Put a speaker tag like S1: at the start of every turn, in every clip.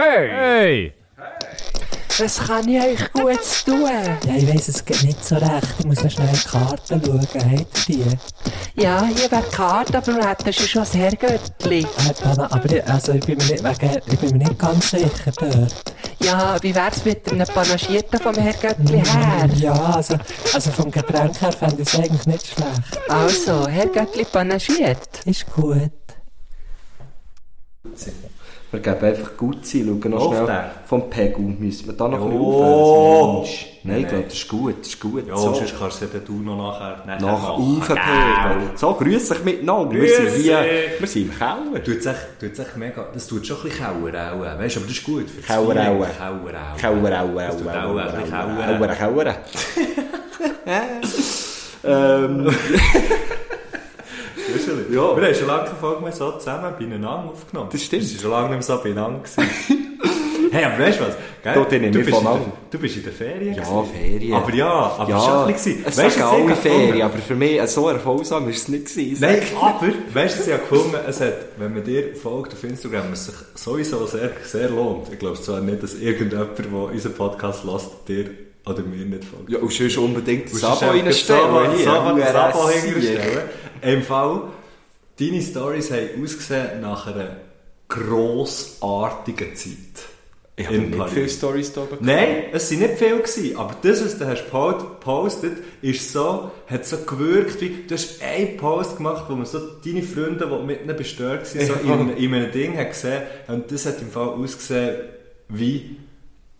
S1: Hey!
S2: Hey!
S3: Was kann ich euch Gutes tun?
S4: Ja, ich weiss, es geht nicht so recht. Ich muss noch schnell in die Karten schauen. Habt ihr die?
S3: Ja, hier wäre die Karte, aber wir hätten sie schon das Herrgöttli.
S4: Äh, Dana, aber ich, also ich, bin mir nicht, wegen, ich bin mir nicht ganz sicher dort.
S3: Ja, wie wär's mit einem Panagierten vom Herrgöttli her?
S4: Ja, also, also vom Getränk her fände ich es eigentlich nicht schlecht.
S3: Also, Herrgöttli panagiert.
S4: Ist gut.
S5: Wir geben einfach gut sein, schauen noch
S6: Läuft
S5: schnell.
S6: der?
S5: Vom Pegu müssen wir da noch ein bisschen
S6: Jo.
S5: aufhören. Mensch. Nein, ich glaube, das ist gut, das ist gut.
S6: Ja,
S5: so.
S6: sonst kannst du ja dann du noch nachher, nachher
S5: Nach
S6: machen.
S5: aufpegeln. So, grüß dich miteinander. Wir sind,
S6: Grüß
S5: hier,
S6: dich.
S5: wir sind im Keller.
S6: Tut sich, tut sich mega, das tut schon ein bisschen Kauerauen, weißt du, aber das ist gut für das
S5: Kauerauen.
S6: Feeling. Kauerauen.
S5: Keller, au, au,
S6: Das tut
S5: au,
S6: auch
S5: au,
S6: ein bisschen
S5: au,
S6: Kauerauen.
S5: au, au, au. Ähm,
S6: Wischeli.
S5: Ja.
S6: Wir haben schon lange keine Folge mehr so zusammen beieinander aufgenommen.
S5: Das stimmt.
S6: Das ist schon lange nicht mehr so beieinander gewesen. hey, aber weißt du was? Gell?
S5: Du, die nehmen wir
S6: bist in der-
S5: voneinander.
S6: Du bist in der Ferien
S5: Ja,
S6: gewesen.
S5: Ferien.
S6: Aber ja, aber es war
S5: ja,
S6: ein bisschen...
S5: es
S6: Weisst du,
S5: waren
S6: was ich
S5: alle
S6: gefunden
S5: Ferien, aber für mich äh, so erfolgsam war es nicht. Gewesen.
S6: Nein, aber, weißt du, was ich habe gefunden es hat, wenn man dir folgt auf Instagram, es sich sowieso sehr, sehr lohnt. Ich glaube zwar nicht, dass irgendjemand, der unseren Podcast lässt, dir oder mir nicht folgt.
S5: Ja, und sonst unbedingt das
S6: Du musst
S5: Abo
S6: einfach
S5: reinstellen.
S6: Sabo-
S5: hier.
S6: Sabo- das
S5: Huere
S6: Abo
S5: Sieg.
S6: hinterstellen. Im Fall, deine Stories haben ausgesehen nach einer grossartigen Zeit.
S5: Ich habe nicht viele Storys da bekommen.
S6: Nein, es waren nicht viele, gewesen, aber das, was du hast gepo- gepostet ist so, hat so gewirkt, wie du hast einen Post gemacht, wo man so deine Freunde, die mit ihnen bestört waren, so in, einem- in einem Ding hat gesehen und das hat im Fall ausgesehen wie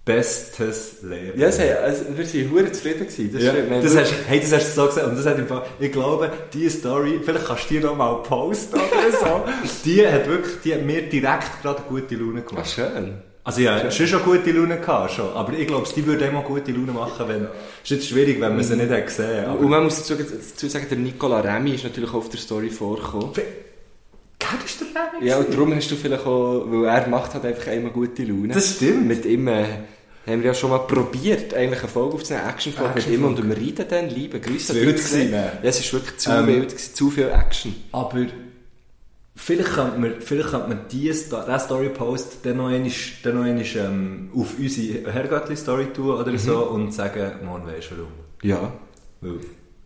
S6: bestes Leben.
S5: Ja, sie, also, wir waren hure zufrieden. Gewesen. Das,
S6: Ja,
S5: stimmt. Wir
S6: das
S5: haben
S6: hast, hey, das hast du so gesagt und das hat im Fall, ich glaube, diese Story, vielleicht kannst du die noch mal posten oder so, die hat wirklich, die hat mir direkt gerade eine gute Laune
S5: wirklich- Ah,
S6: gemacht.
S5: schön.
S6: Also ja, schon schon gute Laune gehabt, schon, aber ich glaube, die würde immer gute Laune machen, wenn, ist jetzt schwierig, wenn man sie nicht hat gesehen aber,
S5: Und man muss dazu, dazu sagen, der Nicola Remy ist natürlich auch auf der Story vorgekommen.
S6: Gell, das ist der Leben?
S5: Ja, und darum hast du vielleicht auch, weil er macht halt einfach immer gute Laune.
S6: Das stimmt.
S5: Mit ihm äh, haben wir ja schon mal probiert, eigentlich eine Folge aufzunehmen, Action-Folge mit ihm und dem Reiten dann, liebe Grüße.
S6: Zu wild
S5: Hat's gesehen?
S6: gewesen,
S5: Ja, es ist wirklich zu
S6: Ähm.
S5: wild gewesen, zu viel Action.
S6: aber vielleicht könnte man, vielleicht könnte man diese, Sto- diesen Story-Post dann noch einmal, dann noch einmal ähm, auf unsere Herrgöttli-Story tun oder so
S5: Mhm.
S6: und sagen, morgen weisst du warum.
S5: Ja.
S6: Weil-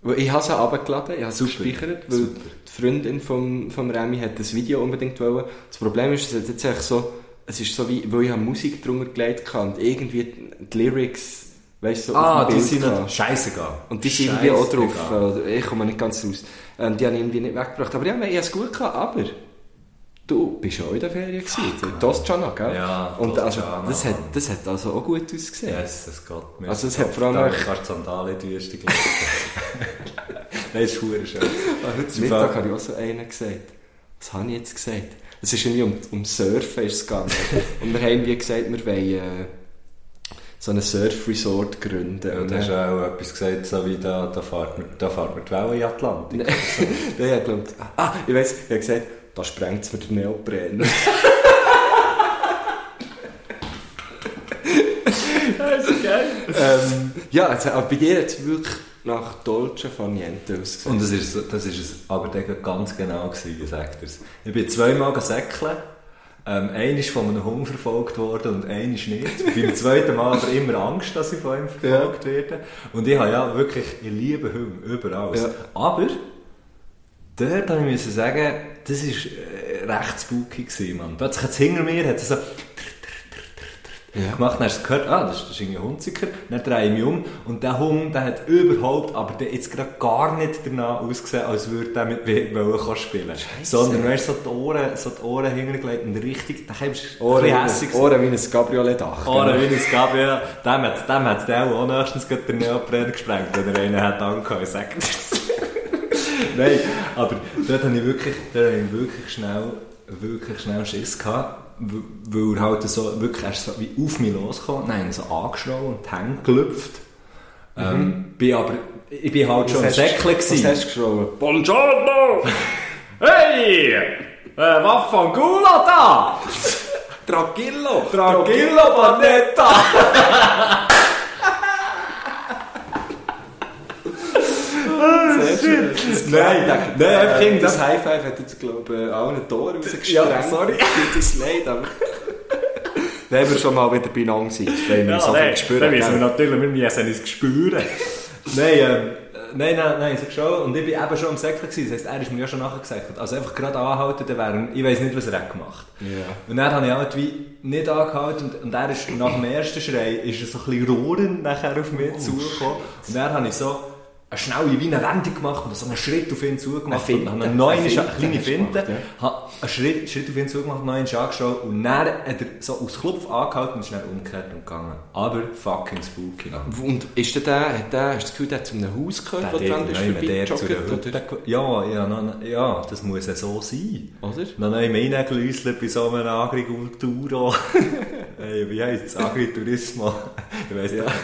S5: Weil Ich habe sie abgeladen, ich habe sie
S6: Super.
S5: gespeichert, weil die Freundin vom, vom Remy hat das Video unbedingt wollen. Das Problem ist, es hat jetzt echt so, es ist so wie, weil ich habe Musik drunter gelegt kann und irgendwie die, die Lyrics, weißt du, so
S6: Ah,
S5: auf dem
S6: die
S5: Bild
S6: sind
S5: gehabt.
S6: noch scheißegal.
S5: Und die sind irgendwie auch drauf.
S6: Scheißegal.
S5: Äh, Ich komme nicht ganz raus. Ähm, die haben irgendwie nicht weggebracht. Aber ja, ich habe es gut gehabt, aber du bist auch in der Ferien gewesen. Toskana, gell?
S6: Ja,
S5: Und also,
S6: Toskana,
S5: das, hat,
S6: Mann.
S5: das hat also auch gut ausgesehen.
S6: Yes, es geht mir.
S5: Also es hat
S6: Auf
S5: vor allem
S6: der
S5: echt-
S6: kannst du Sandalen in die Wüste gelegt. Nein, es ist verdammt schön.
S5: Ah, Heute Mittag habe ich auch so einen gesagt. Was habe ich jetzt gesagt? Es ist irgendwie um, um Surfen ist es gegangen. Und wir haben irgendwie gesagt, wir wollen äh, so einen Surf-Resort gründen.
S6: Und
S5: Und
S6: du
S5: dann-
S6: hast auch etwas gesagt, so wie da, da fährt man, da fährt man die Welle in den Atlantik.
S5: Nein, Nein, ich glaube, ah, ich weiß, ich habe gesagt, da sprengt es mir den Neopren. ähm, ja, also, aber bei dir hat es wirklich nach Dolce Faniente ausgesehen.
S6: Und das ist, so- das ist es aber dann ganz genau gewesen, sagt er es. Ich bin zweimal gesäckelt. Ähm, einer ist von einem Hund verfolgt worden und einer ist nicht. Beim zweiten Mal aber immer Angst, dass ich von ihm verfolgt werde. Und ich habe ja wirklich, ich liebe Hunde, überall.
S5: Ja.
S6: Aber, dort habe ich müssen sagen, das ist äh, recht spooky gewesen, Mann. Plötzlich hat's hinter mir, hat es so, gemacht, dann hast du gehört, ah, das ist, das ist irgendwie ein Hundsicker, dann drehe ich mich um und der Hund, der hat überhaupt, aber der jetzt gerade gar nicht danach ausgesehen, als würde der mit mir wollen kann spielen. Sondern du hast so die Ohren, so die Ohren hingelegt und richtig, da kommst du
S5: Ohren, wie
S6: ein
S5: ein-
S6: bisschen hässig.
S5: Ohren wie ein genau. Cabriolet-Dach.
S6: Ohren wie es gab, ja. Dem hat, dem hat's der auch nächstens gerade den Neopren gesprengt, wenn er einen hat angehauen, sagt er's. Nein, aber dort habe ich wirklich, dort habe ich wirklich schnell, wirklich schnell Schiss gehabt, w- weil er halt so, wirklich erst so wie auf mich losgekommen, nein, so angeschraubt und die Hände gelüpft. Ähm, bin aber, ich bin halt schon im Säckchen
S5: Was
S6: gewesen.
S5: Mhm. hast du geschrauben?
S6: Buongiorno! Hey! Äh, Waffangula da!
S5: Tranquillo!
S6: Tranquillo, Barnetta! Oh, Nein, nein, einfach
S5: Äh,
S6: irgendwie
S5: das
S6: so-
S5: High Five hat jetzt, glaube ich, allen Tore rausgesprengt.
S6: Ja, sorry.
S5: Tut uns leid, aber... Da haben wir schon mal wieder beieinander sind. Da haben wir
S6: Ja,
S5: uns einfach
S6: nein,
S5: gespürt.
S6: dann müssen wir
S5: gell?
S6: natürlich, wir müssen uns spüren. nein, ähm, nein, nein, nein, ich schon. Und ich bin eben schon am Säckchen gewesen. Das heisst, er ist mir ja schon nachgesäckelt. Also einfach gerade anhalten, dann wäre, ich weiss nicht, was er hat gemacht
S5: Ja.
S6: Und dann habe ich halt wie nicht angehalten und, und er ist nach dem ersten Schrei ist er so ein bisschen rohrend nachher auf
S5: Oh,
S6: mich zugekommen. Und dann habe ich so eine schnelle wie eine Wendung gemacht und so einen Schritt auf ihn zugemacht.
S5: Eine
S6: und habe
S5: Finte.
S6: einen neuen,
S5: Eine
S6: eine
S5: Finte
S6: kleine
S5: hast du
S6: Finte,
S5: gemacht,
S6: habe einen Schritt, Schritt auf ihn zugemacht, neuen angeschaut und dann hat er so aus Klopf angehalten und ist dann umgekehrt und gegangen. Aber fucking spooky.
S5: Und ist der, der, hat der, hast du das Gefühl, der hat zu einem Haus gehört, wo
S6: hat
S5: dran ist,
S6: irgendwann der zu einer
S5: vorbeigejoggt,
S6: Hütte
S5: oder?
S6: gew- ja, ja, na- na- ja, das muss ja so sein.
S5: Oder?
S6: Noch neu im Reingeläuselt bei so einem Agrikulturo. hey, wie heisst es? Agriturismo. ich weiss
S5: Ja.
S6: nicht.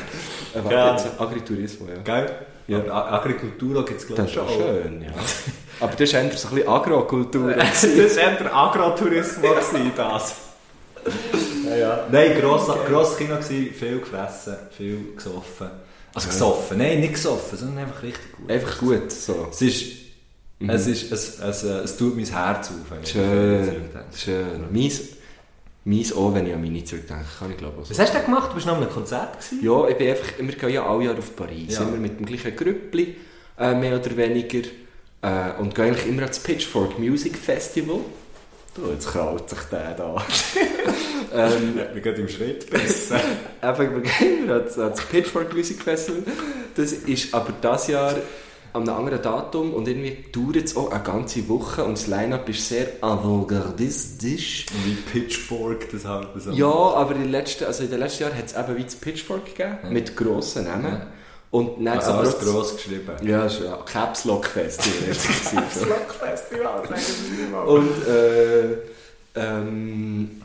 S5: Äh,
S6: Ja.
S5: warte, jetzt, Agriturismus, ja.
S6: Gell?
S5: Ja.
S6: Aber A- Agriculturo gibt es glaube
S5: Das
S6: ich
S5: ist auch
S6: schon.
S5: schön, ja. Aber das ist eher so ein bisschen Agrokultur.
S6: das ist eher der Agrotourismo gewesen, das. ja, ja. Nein, grosses grosses Kino gewesen, viel gefressen, viel gesoffen. Also gesoffen, nein, nicht gesoffen, sondern einfach richtig gut.
S5: Einfach gut, so.
S6: Es ist, es ist, es, es, äh, es tut mein Herz auf, wenn ich
S5: Schön,
S6: zurückdenke.
S5: schön. Meins, meins auch, wenn ich an meine zurückdenke, kann ich glaube ich auch so.
S6: Was hast du denn gemacht? Du warst noch an einem Konzert gewesen?
S5: Ja, ich bin einfach, wir gehen ja alle Jahre auf Paris,
S6: Ja.
S5: immer mit dem gleichen Grüppli, äh, mehr oder weniger, äh, und gehen eigentlich immer ans Pitchfork Music Festival. Du, jetzt kraut sich der da. ähm,
S6: Ja, wir gehen im Schritt besser.
S5: einfach wir gehen immer ans, ans Pitchfork Music Festival. Das ist aber das Jahr an einem anderen Datum und irgendwie dauert es auch eine ganze Woche und das Line-Up ist sehr avantgardistisch.
S6: Und wie Pitchfork das halt so.
S5: Ja, aber in den letzten, also in den letzten Jahren hat es eben wie das Pitchfork gegeben, mit grossen Namen. Und dann
S6: Also
S5: aber
S6: alles
S5: auch-
S6: gross geschrieben.
S5: Ja, das war ja Caps Lock Festival. Caps
S6: Festival,
S5: Und, äh, ähm,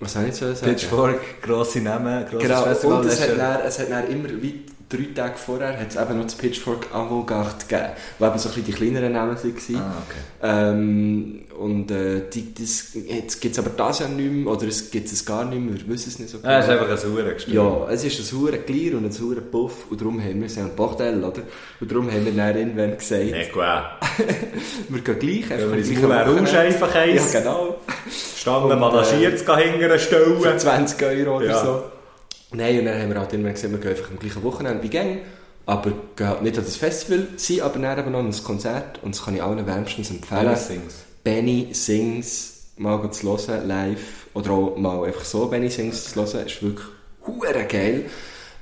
S5: was soll ich jetzt sagen?
S6: Pitchfork, grosse Namen, grosses
S5: Genau,
S6: Festival.
S5: und es
S6: das
S5: hat,
S6: ist ja-
S5: dann, es hat dann immer wie drei Tage vorher hat es eben noch das Pitchfork Avantgarde gegeben, wo eben so ein bisschen die kleineren Namen waren.
S6: Ah, okay.
S5: Ähm, und äh, die, das, jetzt gibt es aber das ja nicht mehr, oder es gibt es gar nicht mehr, wir wissen es nicht so
S6: Ah, es ist einfach ein Sauer gestimmt.
S5: Ja, dus es ist ein hure Glier und ein hure Puff und darum haben wir, es ist ein Bordell, oder? Und darum haben wir dann irgendwann gesagt,
S6: Nicht gut. Wenn
S5: wir gehen gleich, einfach
S6: wir
S5: am
S6: ins
S5: gleichen
S6: Rausch
S5: Wochenende.
S6: einfach
S5: Ja,
S6: eins,
S5: genau.
S6: Stangen
S5: Und,
S6: managiert zu gehen hinter
S5: Für
S6: einer Stelle.
S5: 20 Euro oder
S6: Ja.
S5: so. Nein, und dann haben wir halt irgendwann gesagt, wir gehen einfach am gleichen Wochenende wie Gang, aber gehen halt nicht an das Festival, sind aber dann eben noch an ein Konzert und das kann ich allen wärmstens empfehlen.
S6: Alles Sings.
S5: Benny Sings mal zu hören, live, oder auch mal einfach so Benny Sings zu hören, ist wirklich hure geil.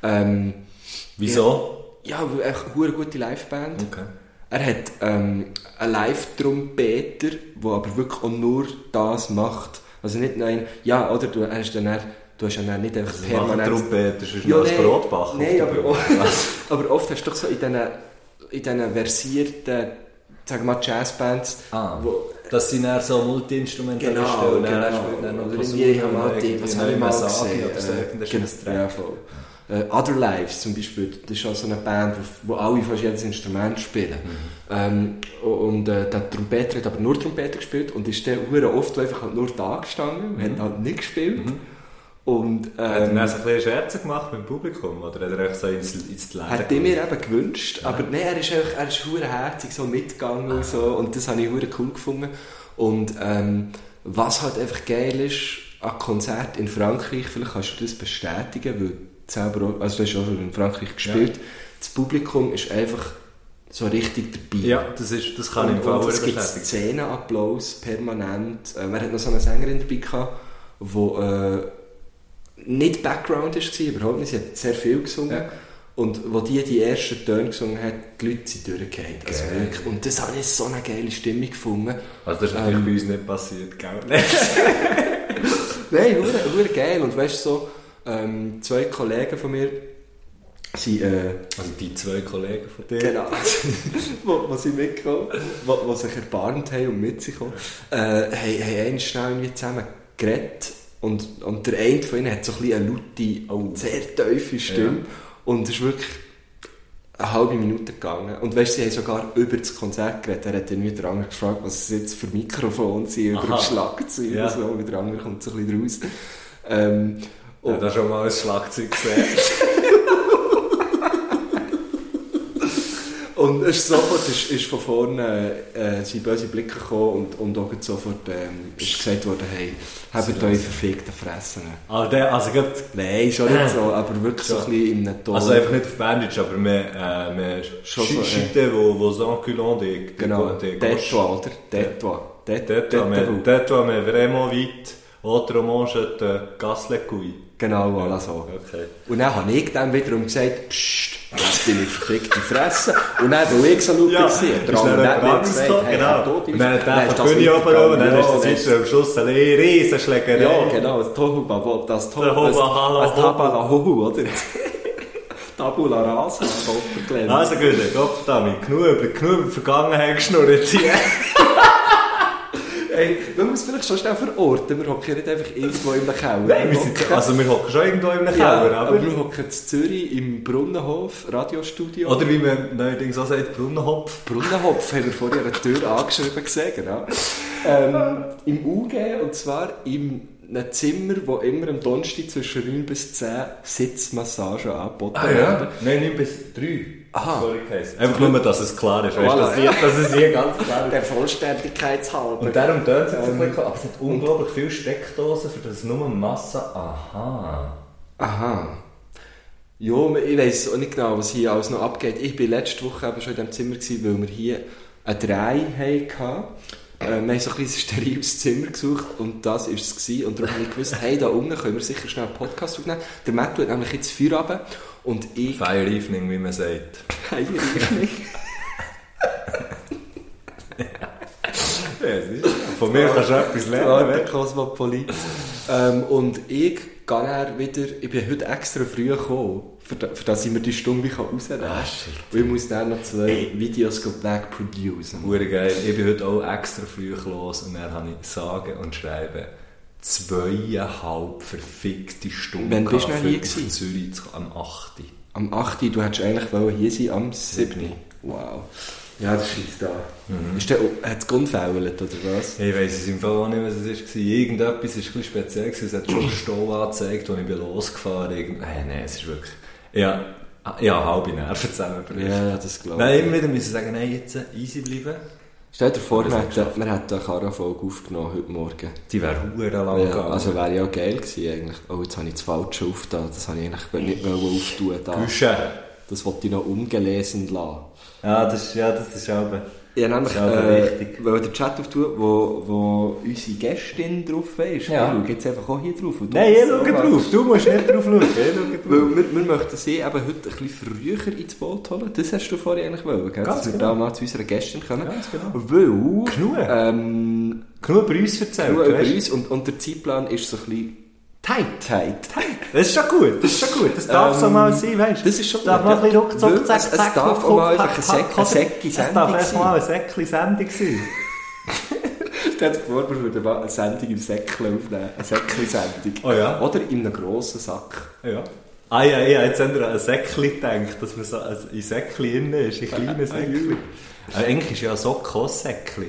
S5: Ähm,
S6: Wieso?
S5: ja, weil echt eine hure gute Liveband.
S6: Okay.
S5: Er hat ähm, einen Live-Trompeter, der aber wirklich auch nur das macht. Also nicht nein, ja, oder du hast dann, eher- du hast dann eher nicht einfach
S6: Das machen Trompeten, sonst noch ein
S5: nein,
S6: Brotbach.
S5: Nein, aber, auch, aber oft hast du doch so in diesen, in diesen versierten, sagen wir mal, Jazzbands,
S6: Ah.
S5: wo
S6: Dass sie dann so Multi-Instrumente
S5: Genau,
S6: stellen,
S5: genau.
S6: dann spielt dann noch
S5: Oder
S6: Posaune,
S5: irgendwie haben wir halt die-
S6: irgendwie
S5: was habe ich
S6: neue
S5: mal
S6: Massagen
S5: gesehen?
S6: oder so,
S5: Äh,
S6: irgendein
S5: genau,
S6: schönes Dreck.
S5: ja, voll. Äh, Other Lives zum Beispiel, das ist auch so eine Band, wo, wo alle fast jedes Instrument spielen. Ähm, und äh, der Trompeter hat aber nur Trompete gespielt und ist dann hure oft einfach halt nur da gestanden, mhm. hat halt nicht gespielt. Und
S6: Hat er
S5: ähm,
S6: dann so ein bisschen Scherze gemacht mit dem Publikum? Oder hat er euch so ins, ins Leben
S5: hat den mir eben gewünscht, aber nein, er ist einfach, er ist hure herzig so mitgegangen und so und das habe ich hure cool gefunden. Und ähm, was halt einfach geil ist an Konzert in Frankreich, vielleicht kannst du das bestätigen, weil du selber, auch- also du hast auch schon in Frankreich gespielt, das Publikum ist einfach so richtig dabei.
S6: Ja, das, ist, das kann ich im
S5: Und,
S6: Fall
S5: und
S6: auch
S5: es gibt
S6: bestätigen.
S5: Szenenapplaus permanent. Äh, man hat noch so eine Sängerin dabei gehabt, wo äh, nicht Background war, überhaupt nicht. Sie hat sehr viel gesungen.
S6: Ja.
S5: Und wo die die ersten Töne gesungen hat, die Leute sind durchgefallen. Also
S6: Geil.
S5: wirklich. Und das habe ich so eine geile Stimmung gefunden. Ähm,
S6: Also das ist natürlich bei uns nicht passiert, gell?
S5: Nein, hure, hure geil. Und weißt du, so, ähm, zwei Kollegen von mir sind... Äh,
S6: also die zwei Kollegen von dir.
S5: Genau. wo, wo sie mitgekommen, wo, wo sich erbarmt haben und mit sich kommen, äh, haben, haben einst schnell irgendwie zusammen geredet und, und der eine von ihnen hat so ein bisschen eine laute,
S6: Oh.
S5: sehr tiefe Stimme und es ist wirklich eine halbe Minute gegangen. Und weißt, sie haben sogar über das Konzert geredet. Er hat dann wieder andere gefragt, was es jetzt für Mikrofone sind, über
S6: Aha.
S5: ein Schlagzeug
S6: Ja.
S5: und so. Und der andere kommt so ein bisschen raus. Ähm,
S6: Oh.
S5: und-
S6: Hat er schon mal ein Schlagzeug gesehen?
S5: Und es ist sofort ist, ist von vorne äh, sein böse Blick gekommen und, und auch gerade sofort ähm, ist gesagt worden, hey, habt euch verfickte Fressen.
S6: Also, der, also, gut,
S5: Nein, schon nicht so, aber wirklich so ein bisschen in einem Ton.
S6: also einfach nicht auf Bandage, aber mehr, äh, mehr
S5: Schon so,
S6: Schi- Schieten, wo, wo so enculant die, die,
S5: genau,
S6: die, die
S5: Tetua, oder? Tetua. Tet-
S6: Tetua, mais,
S5: Tetua.
S6: tetua, mais vraiment vite. Autrement, je te casse les couilles.
S5: Genau, voilà so.
S6: Okay.
S5: Und dann habe ich dann wiederum gesagt, pssst, das deine verfickte Fresse. Und dann, weil ich so laut war,
S6: ist
S5: der andere
S6: dann
S5: hat mir
S6: jemand
S5: gesagt,
S6: angekommen,
S5: hey,
S6: genau.
S5: tot
S6: Und dann hat
S5: Dann
S6: der
S5: ist
S6: von
S5: das
S6: Bühne runtergekommen, dann
S5: weitergegangen.
S6: ist der
S5: Ja,
S6: Sitzer am Schluss eine Riesenschlägerei.
S5: Ja, genau, das Tohu Babo, das Tohu,
S6: Der Hoba
S5: das,
S6: Hala
S5: das Tabala Hohu, oder? Tabula Rasa, Doppelglämm.
S6: Also gut, Gott, damit genug über, genug über die Vergangenheit geschnurrt hier.
S5: Ey, man muss vielleicht schon schnell verorten, wir hocken nicht einfach irgendwo in der Keller.
S6: Nein, wir sind,
S5: hocken-
S6: also wir hocken schon irgendwo im Keller,
S5: ja, aber,
S6: aber...
S5: wir hocken in Zürich im Brunnenhof, Radiostudio.
S6: Oder wie man neuerdings auch sagt, Brunnenhopf.
S5: Brunnenhopf haben wir vorhin an der Tür angeschrieben gesehen, genau. Ähm, Im UG, und zwar im einem Zimmer, wo immer am Donnerstag zwischen 9 bis 10 Sitzmassagen angeboten werden.
S6: Nein, 9 bis 3.
S5: Aha.
S6: Sorry, Case. Ah, Einfach nur, dass es klar ist, weißt du,
S5: Voilà.
S6: dass, hier- dass es hier ganz klar ist.
S5: Der Vollständigkeit halber.
S6: Und darum tönt es jetzt ein bisschen, aber es sind unglaublich viele Steckdosen, für das nur Masse... Aha.
S5: Aha. Ja, ich weiß auch nicht genau, was hier alles noch abgeht. Ich war letzte Woche eben schon in diesem Zimmer, gewesen, weil wir hier einen Drei hatten. Äh, wir haben so ein kleines steriles Zimmer gesucht und das war es. Gewesen. Und darum habe ich gewusst, hey, da unten können wir sicher schnell einen Podcast aufnehmen. Der Matt tut nämlich jetzt Feuer runter und ich...
S6: Fire Evening, wie man sagt.
S5: Keine Ahnung.
S6: Ja, es ist- Von mir kannst du etwas
S5: Ja,
S6: lernen.
S5: der Kosmopolit. ähm, und ich gehe dann wieder, ich bin heute extra früh gekommen, für, da, für dass ich mir die Stunde wie rausnehmen kann.
S6: Ah, shit.
S5: Und ich muss dann noch zwei Videos back producen.
S6: Hure geil. Ich bin heute auch extra früh los und dann habe ich sage und schreibe zweieinhalb verfickte Stunden
S5: Wann bist du
S6: gehabt,
S5: denn hier
S6: für-
S5: gewesen?
S6: für Zürich zu- am 8.
S5: Am 8. du hättest eigentlich wollen hier sein, am 7. Wow. Ja, das ist da. Ist der, hat es geunfäulet, oder was?
S6: Ich weiss es im Fall auch nicht, was es war. Irgendetwas war ein bisschen speziell. gewesen. Es hat schon einen Stau angezeigt, als ich bin losgefahren bin. Nein, nein, es ist wirklich... Ja, ja halbe Nerven zusammenbrechen.
S5: Ja, das glaube ich.
S6: Nein, immer wieder müssen wir sagen, nein, jetzt äh, easy bleiben.
S5: Stell dir vor, wir hätten, wir hätten eine Karafolge aufgenommen heute Morgen.
S6: Die wäre hure lang
S5: Ja,
S6: gegangen.
S5: also wäre ja auch geil gewesen eigentlich. Oh, jetzt habe ich das Falsche aufgetan. Das habe ich eigentlich nicht wollen auftun. Da.
S6: Büsche.
S5: Das wollte ich noch ungelesen lassen.
S6: Ja, das ist, ja, das ist aber.
S5: Ja, nämlich,
S6: Das ist aber
S5: äh,
S6: wichtig.
S5: weil der Chat auftut, wo, wo unsere Gästin drauf ist.
S6: Ja.
S5: Ich schaue jetzt einfach auch hier drauf. Und du
S6: Nein,
S5: musst
S6: ich schau
S5: so
S6: drauf, du musst nicht drauf schauen. Ich schau drauf.
S5: Weil wir, wir möchten sie eben heute ein bisschen früher ins Boot holen. Das hast du vorher eigentlich wollen, gell?
S6: Ganz
S5: Dass wir
S6: genau.
S5: da mal zu unserer Gästin kommen.
S6: Ganz genau.
S5: Weil...
S6: Genug.
S5: Ähm,
S6: Genug über uns erzählt.
S5: nur über
S6: weisst du?
S5: uns und, und der Zeitplan ist so ein bisschen... Tight. Tight.
S6: Das ist schon gut, das ist schon gut. Das darf so
S5: Ähm,
S6: mal sein, weißt du?
S5: das ist schon
S6: darf
S5: gut,
S6: mal ein bisschen
S5: ja.
S6: ruckzuck,
S5: Weil
S6: zack,
S5: es-
S6: zack,
S5: es darf
S6: huck,
S5: auch mal
S6: huck,
S5: einfach
S6: huck,
S5: eine
S6: huck,
S5: Sek- eine
S6: huck.
S5: Säcki
S6: Es
S5: Sendung
S6: darf einfach mal eine Säckli Sendung sein.
S5: Stell dir vor, wir würden mal eine Sendung im Säckchen aufnehmen. Eine Säckchen-Sendung.
S6: Oh ja.
S5: Oder in einem grossen Sack.
S6: Ja. Ah ja, ja, jetzt haben wir an ein Säckli gedacht, dass man so also in Säckli innen ist, in kleinen Säckli. Äh, eigentlich ist ja so kein Säckli.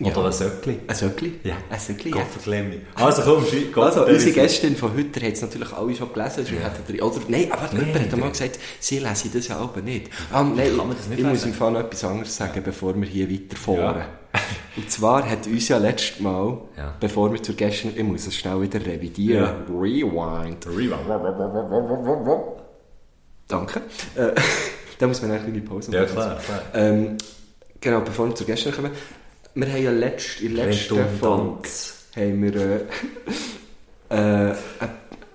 S6: Oder
S5: Ja.
S6: ein Söckli.
S5: Ein Söckli?
S6: Ja.
S5: Ein Söckli, ja.
S6: Gott verklemmt. Also komm, schi- Gott
S5: Also,
S6: verdammt.
S5: unsere Gästin von heute hat es natürlich alle schon gelesen. Sie hat drei- Oder, nein, aber jemand hat einmal gesagt, sie lese das ja aber nicht. Ähm, nein,
S6: man das nicht
S5: ich muss
S6: lesen?
S5: im Fall noch etwas anderes sagen, bevor wir hier weiterfahren.
S6: Ja.
S5: Und zwar hat uns ja letztes Mal,
S6: Ja.
S5: bevor wir zur Gästin, ich muss es schnell wieder revidieren, rewind. Danke. Äh, da muss man eigentlich eine kleine Pause
S6: Ja, klar, klar.
S5: Ähm, genau, bevor wir zur Gästin kommen. Wir haben ja letzt, in der letzten
S6: Redundanz.
S5: Folge haben wir, äh, äh, eine,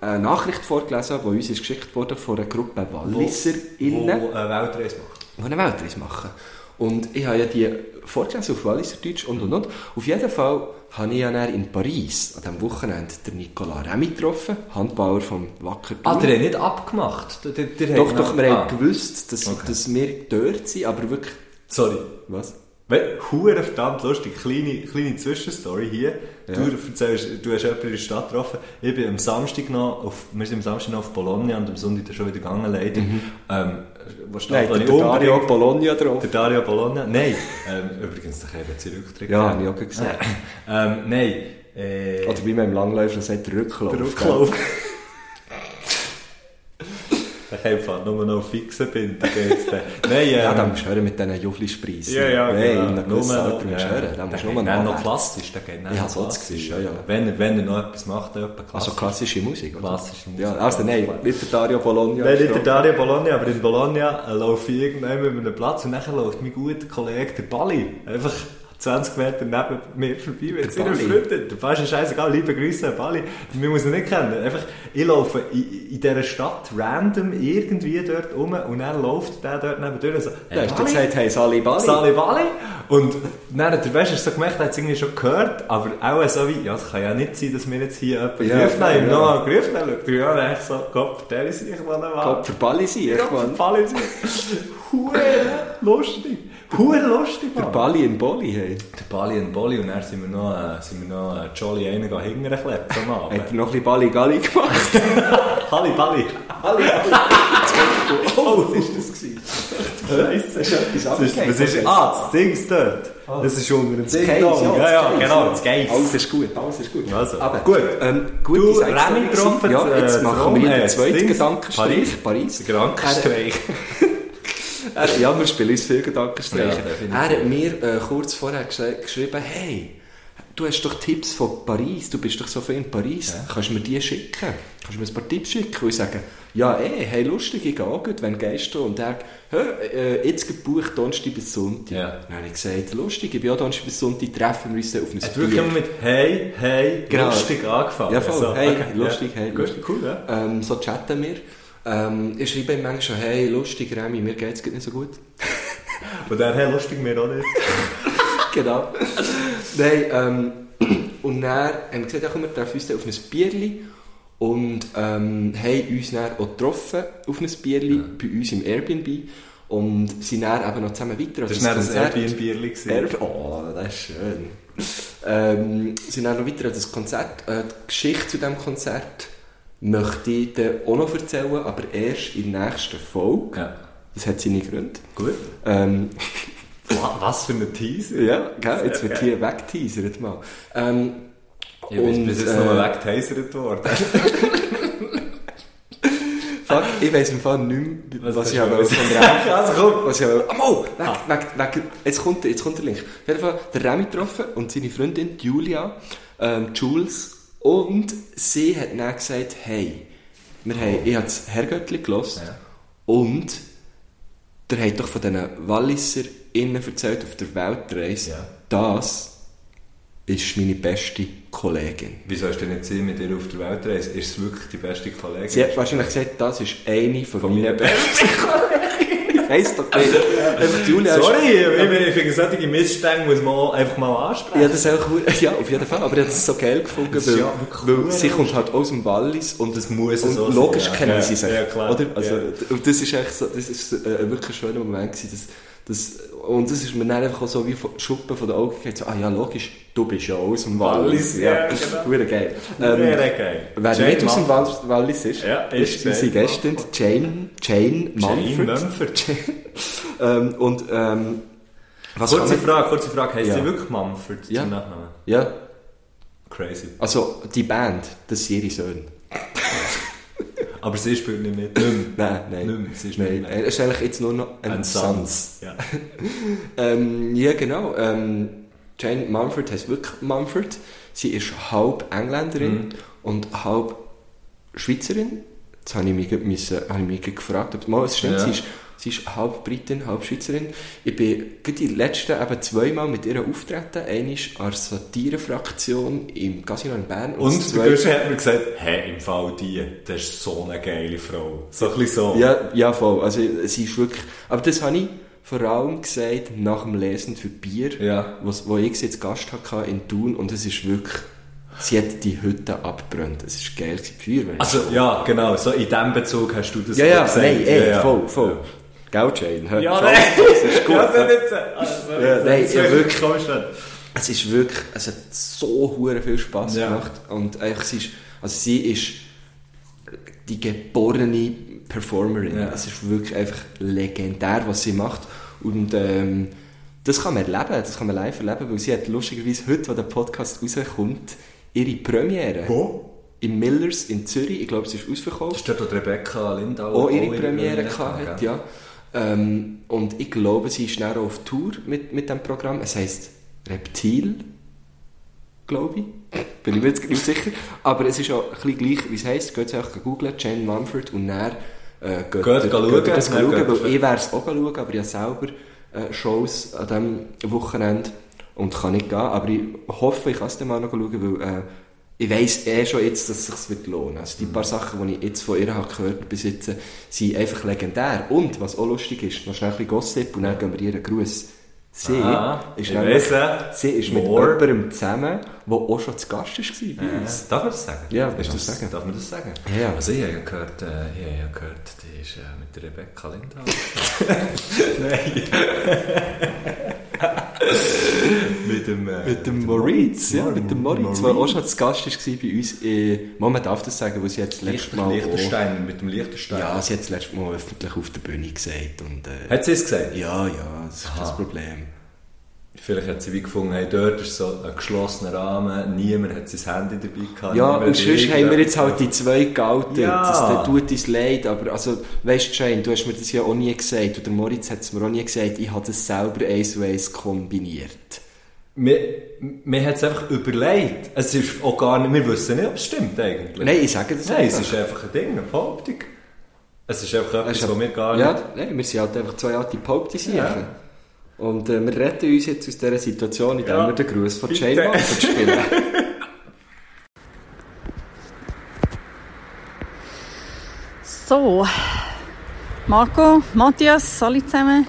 S5: eine Nachricht vorgelesen, die uns ist geschickt wurde von einer Gruppe WalliserInnen
S6: Wo eine Weltreise macht.
S5: die einen Weltreis machen. Und ich habe ja die vorgelesen auf Walliserdeutsch und und und. Auf jeden Fall habe ich ja dann in Paris an diesem Wochenende den Nicolas Remy getroffen, Handbauer vom Wacker
S6: Ah,
S5: Thun.
S6: der hat nicht abgemacht. Der, der, der
S5: Doch,
S6: hat
S5: doch,
S6: noch-
S5: wir
S6: Ah,
S5: haben gewusst, dass,
S6: Okay.
S5: dass wir dort sind, aber wirklich...
S6: Sorry.
S5: Was?
S6: We- Hure verdammt lustig, kleine, kleine Zwischenstory hier.
S5: Ja.
S6: Du, erzählst, du hast jemanden in der Stadt getroffen. Ich bin am Samstag noch auf, wir sind am Samstag noch auf Bologna und am Sonntag dann schon wieder gegangen, leider. Ähm, wo steht
S5: Mhm. Nein,
S6: wo
S5: der,
S6: ich
S5: der Dario
S6: unbedingt-
S5: Bologna drauf.
S6: Der Dario Bologna? Nein. Ähm, übrigens, der Kerl hat sich zurückgetreten.
S5: Ja, habe ich auch gesehen.
S6: Ähm, nein. Äh,
S5: Oder wie man im Langläufer sagt, der Rücklauf.
S6: der Rücklauf. Hey, fahrt nur noch auf fixen Binden, geht's dann. Nein, ähm,
S5: Ja, da musst du hören mit diesen Juflispreisen.
S6: Ja, ja,
S5: Nein,
S6: genau.
S5: da musst du
S6: ja.
S5: hören. Da
S6: Der
S5: musst
S6: geht
S5: du nur
S6: dann
S5: noch
S6: noch klassisch, der geht dann
S5: Ich
S6: noch
S5: hab's auch gesehen, ja, ja.
S6: Wenn er, wenn er noch etwas macht, dann etwas klassisch.
S5: Also klassische Musik, oder?
S6: Klassische Musik.
S5: Ja, also nein, nicht der Dario Bologna.
S6: Nein, nicht der Dario Bologna, aber in Bologna äh, laufe ich irgendwann über einen Platz und dann läuft mein guter Kollege, der Bali, einfach 20 Meter neben mir vorbei mit seinen
S5: Bali.
S6: Freunden. Der Bali ist scheißegal, liebe Grüße an Bali. Wir müssen ihn nicht kennen. Einfach, ich laufe in, in dieser Stadt random irgendwie dort rum und dann läuft der dort neben durch und so,
S5: Du
S6: hey,
S5: hast dir
S6: Bali,
S5: gesagt, hey, Sali Bali.
S6: Sali Bali. Und dann hat der Wäscher so gemerkt, er hat es irgendwie schon gehört, aber auch so wie, ja, es kann ja nicht sein, dass wir jetzt hier jemanden
S5: Ja,
S6: gerufen haben,
S5: ja.
S6: im normalen gerufen haben. Schaut er an, dann so, Kopf, der ist ich mal
S5: Kopf
S6: Kopf,
S5: für Bali sein, echt, Mann.
S6: Bali. Hure lustig. Hure lustig, Mann.
S5: Bali in Boli, hey.
S6: Der Bali und Bali und dann sind wir noch, äh, sind wir noch äh, Jolly einen gehen hingern klebt am
S5: Hat er
S6: Abend.
S5: noch ein bisschen Bali Gali gemacht?
S6: Halli Bali.
S5: Bali
S6: Oh, was
S5: das gewesen?
S6: Scheiße.
S5: Ist etwas
S6: Das ist, das ist,
S5: abgefallen?
S6: ah, das Ding ist dort. Ah. Das ist unter dem
S5: Das
S6: Ding.
S5: Case,
S6: Ja, ja,
S5: das Case,
S6: genau, das Geist.
S5: Alles ist gut, alles ist gut.
S6: Also,
S5: Aber
S6: gut.
S5: Ähm, gut
S6: Du,
S5: ich sag's
S6: Remi
S5: dir,
S6: getroffen,
S5: Ja, jetzt
S6: äh,
S5: machen wir
S6: Rom, äh,
S5: den zweiten
S6: Dings,
S5: Gedankenstrich. Paris.
S6: Krankenstreich.
S5: Er, ja, wir spielen uns viel Gedankenstreiche.
S6: Ja, definitiv.
S5: er hat mir äh, kurz vorher gese- geschrieben, hey, du hast doch Tipps von Paris, du bist doch so viel in Paris, kannst du mir die schicken? Kannst du mir ein paar Tipps schicken? Und ich sage, ja, ey, hey, lustig, ich gehe auch gut, wenn gehst du? Und er, hä, äh, jetzt gebucht, Donnerstag bis Sonntag.
S6: Ja.
S5: Dann habe ich gesagt, lustig, ich bin auch Donnerstag bis Sonntag, treffen wir uns dann auf einem
S6: Es hat wirklich immer mit Hey, hey,
S5: Genau.
S6: lustig angefangen.
S5: Ja, voll.
S6: So,
S5: hey,
S6: okay,
S5: lustig,
S6: ja.
S5: hey,
S6: Gut,
S5: lustig.
S6: Cool, ja.
S5: Ähm, so chatten wir. Ähm, ich schreibe ihm manchmal schon, hey, lustig, Remi, mir geht's grad nicht so gut.
S6: Und dann, hey, lustig, mir auch nicht.
S5: genau. Nein, ähm, und dann haben wir gesagt, ja, komm, wir treffen uns dann auf ein Bierli und ähm, haben uns dann auch getroffen auf ein Bierli bei uns im Airbnb und sind dann eben noch zusammen weiter.
S6: Das
S5: Also
S6: war dann ein
S5: Konzert-
S6: Airbnb. gewesen.
S5: Erb- Dus Oh, das ist schön. Ähm, sind auch noch weiter an das Konzert. Äh, die Geschichte zu diesem Konzert möchte ich dir auch noch erzählen, aber erst in der nächsten Folge.
S6: Ja.
S5: Das hat seine Gründe.
S6: Gut.
S5: Ähm,
S6: Wa- Was für ein Teaser.
S5: ja, gell? jetzt wird hier wegteasert mal. Ähm,
S6: Ich bin bis jetzt nochmal
S5: äh,
S6: weggeteasert worden.
S5: Fuck, ich weiss im Fall nicht mehr, was,
S6: Was
S5: ich
S6: hast du
S5: habe
S6: gewusst?
S5: von der
S6: Also komm.
S5: Was ich aber... Oh, weg,
S6: Ah.
S5: weg, weg. Jetzt kommt, jetzt kommt der Link. Auf jeden Fall, der Remy getroffen und seine Freundin, die Julia, ähm, Jules. Und sie hat dann gesagt, hey, wir haben, ich habe das Herrgöttli gehört
S6: Oh. Ja.
S5: und der hat doch von diesen Walliser innen erzählt auf der Weltreise,
S6: Ja.
S5: das ist meine beste Kollegin.
S6: Wieso hast du nicht sie mit dir auf der Weltreise? Ist es wirklich die beste Kollegin?
S5: Sie hat wahrscheinlich gesagt, das ist eine von, meinen besten Kollegen. Heißt doch nicht. Einfach, Julia ist-
S6: Sorry, ich, ich, ich finde, solche Missstände muss man auch einfach mal ansprechen.
S5: Ja, das auch cool. Ja, auf jeden Fall. Aber ich habe das so geil gefunden,
S6: Das ist
S5: weil,
S6: ja wirklich
S5: weil
S6: cool.
S5: sie kommt halt aus dem Wallis und das
S6: muss
S5: und
S6: so sein,
S5: logisch
S6: ja.
S5: kennen
S6: Ja,
S5: sie sich.
S6: ja, klar.
S5: Oder? Also,
S6: Ja.
S5: Und das ist echt so, das ist äh, ein wirklich schöner Moment gewesen, dass, das, und das ist mir dann einfach auch so wie von Schuppen von den Augen gegangen, so, ah ja, logisch, du bist ja auch aus dem Wallis.
S6: Wallis, ja,
S5: genau.
S6: genau.
S5: geil.
S6: Sehr
S5: Ähm,
S6: geil.
S5: wer
S6: Jane
S5: nicht aus dem
S6: Manford.
S5: Wallis, Wallis ist,
S6: Ja, ist
S5: ist unsere
S6: Jane
S5: Gästin, Jane, Jane
S6: Jane
S5: Manfred.
S6: Mumford.
S5: ähm, und, ähm, was kann
S6: Kurze
S5: man,
S6: Frage, kurze Frage. Heißt
S5: Ja.
S6: sie wirklich Mumford
S5: Ja.
S6: zum Nachnamen?
S5: ja,
S6: Crazy.
S5: also, die Band, das sind ihre Söhne.
S6: Aber sie spielt nicht mit. Nicht
S5: Nein,
S6: mehr.
S5: nein.
S6: Nicht mehr, sie ist
S5: nein.
S6: nicht mehr.
S5: Es ist eigentlich jetzt nur noch ein
S6: Ein
S5: Sans.
S6: Sans. Ja.
S5: Ähm, ja, genau. Ähm, Jane Mumford heißt wirklich Mumford. Sie ist halb
S6: Mhm.
S5: Engländerin und halb Schweizerin. Jetzt habe ich mich, gerade müssen, habe ich mich gerade gefragt, ob mal, es stimmt,
S6: Ja.
S5: sie, ist, sie ist halb Britin, halb Schweizerin. Ich bin gerade die letzten eben zweimal mit ihr auftreten. Einmal als Satire-Fraktion im Casino in Bern. das
S6: Und der
S5: zweite-
S6: Guschen hat mir gesagt, hey, im Fall die, das ist so eine geile Frau. So ein bisschen so.
S5: Ja, ja, voll. Also, es ist wirklich, aber das habe ich vor allem gesagt nach dem Lesen für Bier,
S6: Ja.
S5: was, wo ich jetzt Gast hatte in Thun und es ist wirklich, sie hat die Hütte abgebrannt. Es ist geil gewesen, die Feuerwehr.
S6: Also, ja, genau, so in diesem Bezug hast du das
S5: ja, ja,
S6: gesagt.
S5: nein, ey,
S6: Ja, ja.
S5: voll, voll. Gell, Jane? hä?
S6: Ja,
S5: Voll.
S6: nein.
S5: Das ist gut. hä?
S6: Ja, das ist jetzt, also,
S5: Ja, nein,
S6: das ist
S5: ja, wirklich.
S6: komisch. dann.
S5: Es ist wirklich, es hat so hure viel Spass
S6: Ja.
S5: gemacht und eigentlich, sie ist, also sie ist die geborene Performerin.
S6: Ja.
S5: Es ist wirklich einfach legendär, was sie macht und ähm, das kann man erleben, das kann man live erleben, weil sie hat lustigerweise heute, wo der Podcast rauskommt, ihre Premiere.
S6: Wo?
S5: im Millers in Zürich, ich glaube, es ist ausverkauft.
S6: Ist dort, wo die Rebecca Lindau
S5: auch Oh, ihre Premiere gehabt,
S6: ja.
S5: ja. Ähm, und ich glaube, sie ist dann auch auf Tour mit, mit dem Programm. Es heisst Reptil, glaube ich. Bin ich mir jetzt nicht sicher. Aber es ist auch ein bisschen gleich, wie es heisst. Geht es einfach googeln, Jane Mumford, und dann äh, geht,
S6: Geht schauen,
S5: geht ihr das
S6: dann
S5: schauen,
S6: geht
S5: weil
S6: ihr-
S5: ich wäre es auch schauen, aber ich habe selber äh, Shows an diesem Wochenende und kann nicht gehen. Aber ich hoffe, ich kann es dann mal noch schauen, weil äh, ich weiss eh schon jetzt, dass es sich lohnt. Also
S6: Mhm.
S5: die paar Sachen, die ich jetzt von ihr habe gehört bis jetzt, sind einfach legendär. Und was auch lustig ist, noch schnell ein bisschen Gossip und dann geben wir ihr einen Gruß. Sie
S6: Aha,
S5: ist
S6: Ah, ich
S5: nämlich-
S6: weiss, äh,
S5: sie ist mit
S6: Moore. Äh,
S5: jemandem zusammen, der auch schon zu Gast war bei uns.
S6: Darf man das sagen?
S5: Ja,
S6: darf
S5: darfst du das sagen?
S6: Darf man das sagen?
S5: Ja.
S6: Also ich habe ja gehört, äh, ich habe ja gehört, die ist äh, mit der Rebecca Lindau. Nein. mit dem... Äh,
S5: Mit dem Moritz, ja,
S6: Mor-
S5: mit dem Moritz, der auch schon zu Gast war bei uns. Äh, man darf das sagen, weil sie hat das letzte Mal auch,
S6: Liechtenstein, mit dem Liechtenstein.
S5: Ja, sie hat das letzte Mal öffentlich auf der Bühne gesagt und äh,
S6: Hat sie es gesagt?
S5: ja, ja, das ist
S6: Aha.
S5: kein Problem.
S6: Vielleicht hat sie wie gefunden, hey, dort ist so ein geschlossener Rahmen, niemand hat sein Handy dabei gehabt.
S5: Ja,
S6: niemand
S5: und
S6: hat
S5: sonst haben wir jetzt halt
S6: irgendetwas.
S5: die zwei geoutet.
S6: Ja.
S5: Das, das tut uns leid, aber also, weißt du, Jane, du hast mir das ja auch nie gesagt, oder Moritz hat es mir auch nie gesagt, ich habe das selber eins zu eins kombiniert.
S6: Wir, wir haben es einfach überlegt. Es ist auch gar nicht, wir wissen nicht, ob es stimmt eigentlich.
S5: Nein, ich sage das
S6: Nein, es
S5: einfach.
S6: ist einfach ein Ding, eine Behauptung. Es ist einfach
S5: Es
S6: etwas,
S5: ist
S6: was wir gar
S5: ja,
S6: nicht...
S5: Nein, wir sind halt einfach zwei alte Paupte
S6: Ja.
S5: Und äh, wir retten uns jetzt aus dieser Situation, indem
S6: Ja.
S5: wir den Gruß von
S6: Bitte.
S5: Jane Mumford spielen.
S1: So, Marco, Matthias, alle zusammen.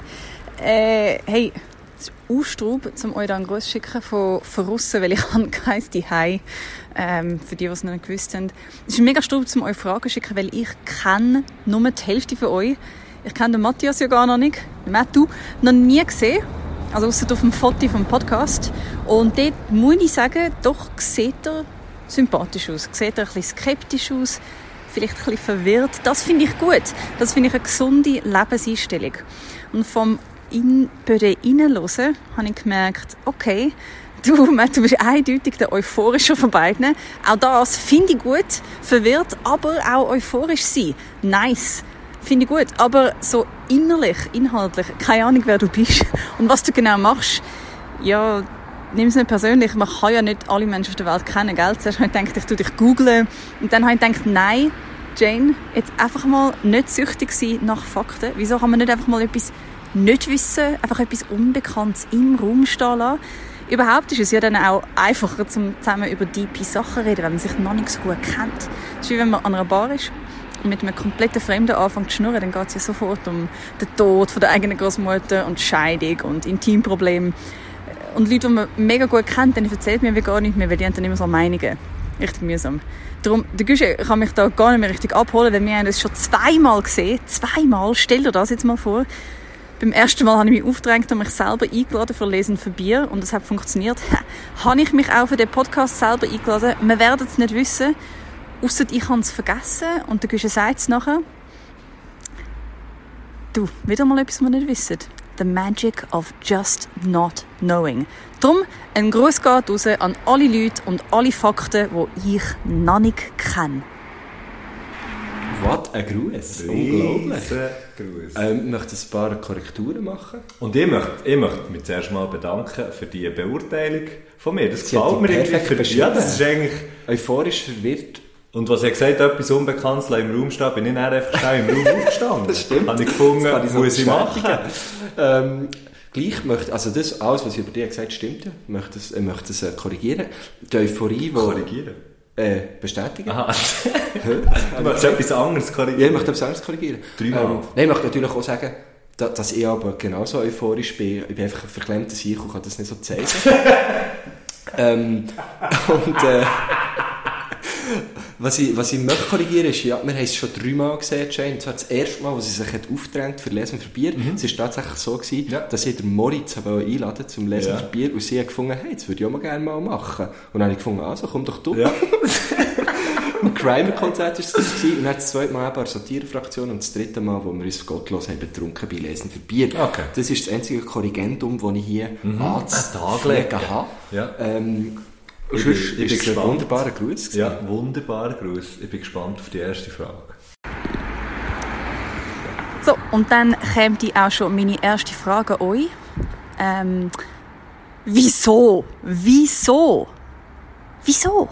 S1: Äh, hey, das ist Ausstraub, um euch dann Gruß zu schicken von, von Russen, weil ich habe geheißen, die Hei. Ähm, für die, die es noch nicht gewusst haben. Es ist mega straub, um euch Fragen zu schicken, weil ich kenne nur die Hälfte von euch. Ich kenne den Matthias ja gar noch nicht, den Mattu, noch nie gesehen. Also außer auf dem Foto vom Podcast. Und dort muss ich sagen, doch sieht er sympathisch aus. Sieht er ein bisschen skeptisch aus vielleicht ein bisschen verwirrt. Das finde ich gut. Das finde ich eine gesunde Lebenseinstellung. Und vom in Böden reinhören habe ich gemerkt, okay, du, Matt, du bist eindeutig der Euphorische von beiden. Auch das finde ich gut. Verwirrt, aber auch euphorisch sein. Nice. Finde ich gut. Aber so innerlich, inhaltlich, keine Ahnung, wer du bist und was du genau machst, ja, nimm es nicht persönlich. Man kann ja nicht alle Menschen auf der Welt kennen, gell? Zuerst habe ich gedacht, ich tu dich googeln. Und dann habe ich gedacht, nein, Jane, jetzt einfach mal nicht süchtig sein nach Fakten. Wieso kann man nicht einfach mal etwas nicht wissen, einfach etwas Unbekanntes im Raum stehen lassen? Überhaupt ist es ja dann auch einfacher, zum zusammen über tiefe Sachen zu reden, wenn man sich noch nicht so gut kennt. Das ist wie wenn man an einer Bar ist und mit einem kompletten Fremden anfängt zu schnurren, dann geht es ja sofort um den Tod von der eigenen Großmutter und Scheidung und Intimprobleme. Und Leute, die man mega gut kennt, dann erzählt mir wie gar nicht mehr, weil die haben dann immer so Meinungen. Richtig mühsam. Darum, der Guschen kann mich da gar nicht mehr richtig abholen, weil wir haben das schon zweimal gesehen. Zweimal, stell dir das jetzt mal vor. Beim ersten Mal habe ich mich aufgedrängt und mich selber eingeladen für Lesen für Bier und das hat funktioniert. habe ich mich auch für den Podcast selber eingeladen? Wir werden es nicht wissen, außer ich habe es vergessen und der Guschen sagt es nachher. Du, wieder mal etwas, was wir nicht wissen. The Magic of Just Not Knowing. Drum ein Gruß geht raus an alle Leute und alle Fakten, die ich noch nicht kenne.
S5: Was ein Gruß. Unglaublich.
S6: Unglaublich.
S5: Ähm, ich möchte ein paar Korrekturen machen.
S6: Äh, Und ich möchte, ich möchte mich zuerst mal bedanken für die Beurteilung von mir. Das
S5: Sie hat
S6: gefällt
S5: die
S6: mir irgendwie.
S5: perfekt
S6: Für, ja, das ist eigentlich...
S5: Euphorisch verwirrt.
S6: Und was er gesagt hat, etwas Unbekanntes lassen im Raum stehen, bin ich dann einfach schnell im Raum aufgestanden. das stimmt. Habe ich gefunden,
S5: Das kann ich so
S6: muss ich machen.
S5: Ähm, gleich möchte, also das, alles, was ich über dich gesagt habe, stimmt ja. Ich möchte das, ich möchte das äh, korrigieren. Die Euphorie, die...
S6: Korrigieren.
S5: Äh, bestätigen.
S6: Aha.
S5: Hä?
S6: du möchtest etwas anderes
S5: Ja, ich
S6: korrigieren.
S5: möchte das selbst korrigieren.
S6: Dreimal.
S5: nein, ich möchte natürlich auch sagen, da- dass ich aber genauso euphorisch bin. Ich bin einfach ein verklemmter Sieg und kann das nicht so zeigen. ähm, und äh, was, ich, was ich möchte korrigieren ist, ja, wir haben es schon dreimal gesehen, Jane. Und zwar das erste Mal, wo sie sich hat aufgedrängt für Lesen für Bier. Es war tatsächlich so, gewesen,
S6: Mhm. Ja.
S5: dass ich den Moritz habe einladen zum Lesen
S6: Ja.
S5: für Bier und sie hat gefunden, hey, das würde ich auch mal gerne mal machen. Und dann habe ich gefunden, also komm doch du.
S6: Ja.
S5: Crimer-Konzert war es. gewesen. Und dann das zweite Mal eben an der Satirefraktion und das dritte Mal, wo wir uns gottlos haben betrunken bei Lesen für Bier.
S6: Okay.
S5: Das ist das einzige Korrigendum, das ich hier mhm.
S6: An den Tag legen.
S5: anzulegen habe.
S6: Ja.
S5: Ähm, Und
S6: bin-
S5: sonst
S6: ich bin
S5: ist es ein
S6: gespannt.
S5: wunderbarer Gruß. gewesen.
S6: Ja, wunderbarer Gruß. Ich bin gespannt auf die erste Frage.
S1: So, und dann käme die auch schon meine erste Frage an euch. Ähm, wieso? Wieso? Wieso?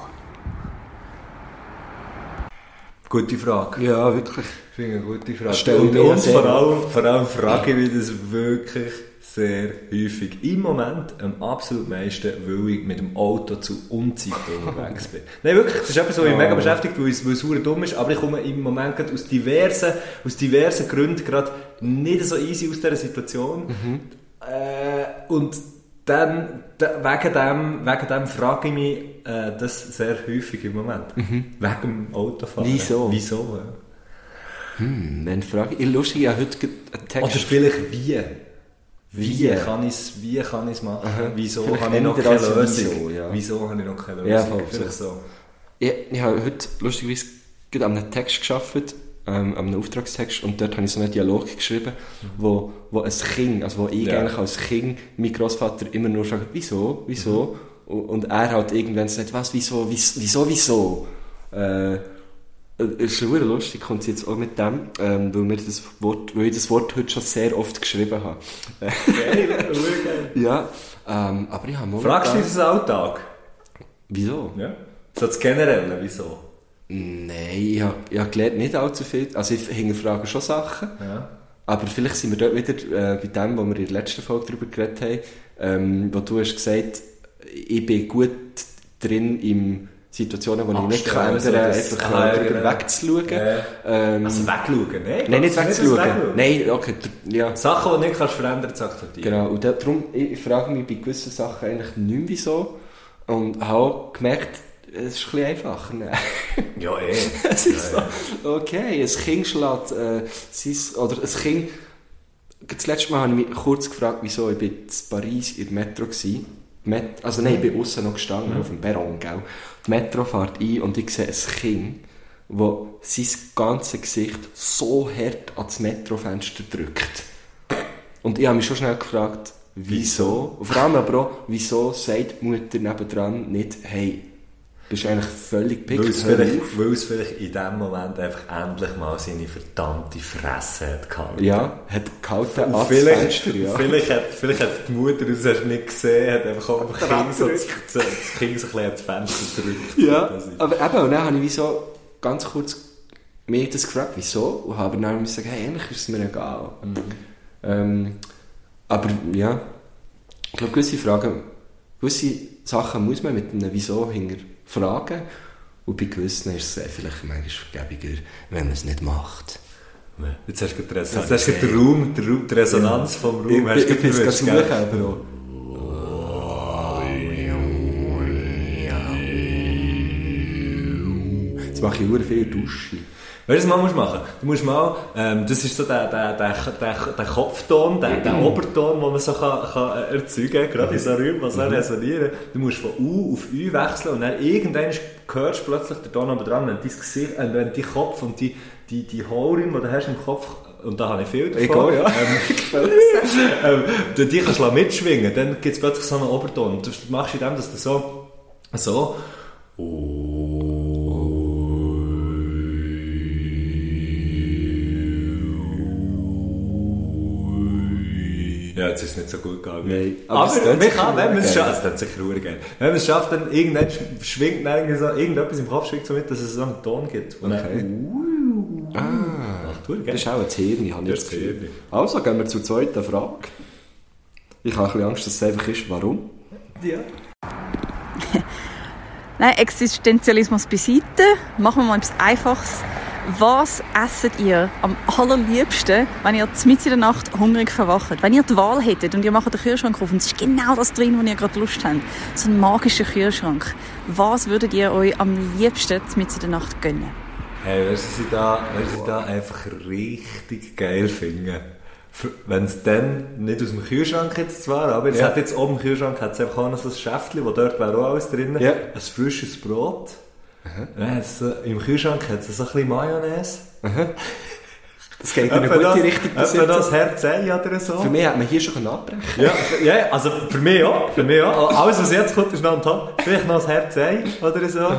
S6: Gute Frage.
S5: Ja, wirklich.
S6: Ich finde eine gute Frage.
S5: Stell
S6: und
S5: mir
S6: uns
S5: sehr-
S6: vor allem, vor allem frage ich mich das wirklich sehr häufig. Im Moment am absolut meisten, weil ich mit dem Auto zu Unzeit unterwegs bin. Nein, wirklich, das ist etwas, was mich mega beschäftigt, weil es, weil es verdammt dumm ist, aber ich komme im Moment gerade aus diversen, aus diversen Gründen gerade nicht so easy aus dieser Situation. Äh, und dann, da, wegen, dem, wegen dem frage ich mich äh, das sehr häufig im Moment. Wegen dem Autofahren.
S5: Wieso?
S6: Wieso, ja.
S5: Dann frage ich, ich lustig, ich habe heute gerade einen
S6: Oder
S5: Text.
S6: vielleicht wie? Wie,
S5: Wie?
S6: kann ich es wie kann ich's machen? Wieso
S5: Vielleicht
S6: habe ich noch
S5: ändert
S6: keine
S5: das
S6: Lösung?
S5: Wieso,
S6: Wieso,
S5: ja.
S6: habe ich noch keine Lösung?
S5: Ja, voll,
S6: vielleicht so.
S5: Ich, ich habe heute lustigerweise gerade an einem Text gearbeitet, ähm, an einem Auftragstext, und dort habe ich so einen Dialog geschrieben, wo, wo ein Kind, also wo ich
S6: Mhm. Ja.
S5: eigentlich als Kind meinen Großvater immer nur fragt, wieso, wieso?
S6: Mhm.
S5: Und, und er halt irgendwann sagt, was, wieso, wies- wieso, wieso? Äh, es ist sehr lustig, kommt es jetzt auch mit dem, ähm, weil, mir das Wort, weil ich das Wort heute schon sehr oft geschrieben habe. Ja, ähm, aber ich habe momentan...
S6: Fragst du dich das Alltag?
S5: Wieso?
S6: Ja. So das Generelle, wieso?
S5: Nein, ich habe, ich habe gelernt, nicht allzu viel. Also ich hinterfrage schon Sachen.
S6: Ja.
S5: Aber vielleicht sind wir dort wieder äh, bei dem, wo wir in der letzten Folge darüber geredet haben, ähm, wo du hast gesagt, ich bin gut drin in Situationen, die ich nicht
S6: Abstellen,
S5: kann
S6: so
S5: ändern kann,
S6: das-
S5: einfach
S6: Ah, ja,
S5: darüber
S6: genau.
S5: wegzuschauen.
S6: Ja.
S5: Ähm,
S6: Also wegschauen, ne?
S5: nein, nicht
S6: das
S5: wegzuschauen. Nein, okay, dr- ja.
S6: Sachen, die du nicht kannst verändern, zu akzeptieren.
S5: Genau, und da- darum, ich ich frage mich bei gewissen Sachen eigentlich nicht mehr wieso. Und habe auch gemerkt, es ist ein bisschen einfacher. ne?
S6: Ja, eh.
S5: Es ist so, okay, ein Kind schlägt äh, sein, oder ein Kind... Das letzte Mal habe ich mich kurz gefragt, wieso ich bin in Paris in der Metro war. Met also nein, ich bin außen noch
S6: Mhm.
S5: gestanden, auf dem Perron, gell. Die Metro fährt ein und ich sehe ein Kind, wo sein ganzes Gesicht so hart an das Metrofenster drückt. Und ich habe mich schon schnell gefragt, wieso? Und vor allem aber auch, wieso sagt die Mutter nebendran nicht, hey, bist du eigentlich völlig
S6: Weil es,
S5: pickt, hör auf.
S6: vielleicht, weil es vielleicht in dem Moment einfach endlich mal seine verdammte Fresse hat gehabt.
S5: Ja, hat gehalten
S6: Und
S5: ans
S6: vielleicht,
S5: Fenster, ja.
S6: vielleicht, hat, vielleicht hat die Mutter, das hast du nicht gesehen, hat einfach auch dem Kind so, das, das Kind so ein bisschen ans Fenster gedrückt.
S5: Ja,
S6: Das ist-
S5: aber eben, und dann habe ich wie so ganz kurz mir das gefragt, wieso, und habe dann müssen sagen, hey, eigentlich ist es mir egal. Ähm, aber ja, ich glaube, gewisse Fragen, gewisse Sachen muss man mit einem Wieso hinterfragen, und bei gewissen ist es vielleicht manchmal vergäbiger, wenn man es nicht macht.
S6: Nee. Jetzt hast du gerade die Resonanz. Jetzt hast du den Raum, den Raum, die Resonanz vom Raum.
S5: Ich,
S6: hast
S5: ich,
S6: du
S5: ich bin
S6: gewusst,
S5: es
S6: gell?
S5: gerade suchen, aber auch. Jetzt mache ich sehr viel Dusche.
S6: Weißt du, was man muss machen? Du musst mal, ähm, das ist so der, der, der, der, der Kopfton, der, der Oberton, den man so kann, kann äh, erzeugen kann, gerade in so Räumen, die so resonieren. Du musst von U auf Ü wechseln und dann irgendwann hörst du plötzlich den Ton aber dran, wenn dein Gesicht, äh, wenn dein Kopf und die, die, die Hohlräume, die du hast im Kopf, und da habe ich viel davon.
S5: Egal, ja.
S6: ähm, du die kannst du mitschwingen, dann gibt es plötzlich so einen Oberton. Und Das machst du in dem, dass du so, so, Ja, jetzt ist es nicht so gut gegangen.
S5: Nein, aber
S6: aber
S5: es tönt
S6: man
S5: sicher
S6: kann, wenn man
S5: geil.
S6: es schafft, es hat sicher verdammt geil. Wenn man es schafft, dann irgendwann sch- schwingt dann irgendwie so, irgendetwas im Kopf schwingt so mit, dass es so einen Ton gibt. Und dann,
S5: Ah,
S6: Ach, du,
S5: das
S6: gell?
S5: ist auch ein Hirn, habe ich
S6: Das
S5: jetzt
S6: ist ein
S5: gesehen.
S6: Hirn.
S5: Also, gehen wir zur zweiten Frage. Ich habe ein bisschen Angst, dass es einfach ist, warum?
S6: Ja.
S1: Nein, Existenzialismus beiseite. Machen wir mal etwas Einfaches. Was esset ihr am allerliebsten, wenn ihr mitten in der Nacht hungrig verwacht? Wenn ihr die Wahl hättet und ihr macht den Kühlschrank auf und es ist genau das drin, wo ihr gerade Lust habt. So ein magischer Kühlschrank. Was würdet ihr euch am liebsten mitten in der Nacht gönnen?
S6: Hey, weißt du, was ich da, weißt, du, was ich da einfach richtig geil finde? Wenn es dann nicht aus dem Kühlschrank jetzt zwar, aber es hat jetzt oben im Kühlschrank hat's einfach auch noch so ein Schäftchen, wo dort wäre auch alles drin.
S5: Ja.
S6: Ein frisches Brot. Dann hat's so- Im Kühlschrank hat es so ein bisschen Mayonnaise.
S5: Das geht in eine gute Richtung. bis
S6: Etwa
S5: jetzt.
S6: das Herz ein oder
S5: Für
S6: so.
S5: mich hat man hier schon abbrechen
S6: Ja, ja, also für mich auch. Für mich auch. Alles, was jetzt kommt, ist noch am Top. Vielleicht noch das Herz ein oder so. Ein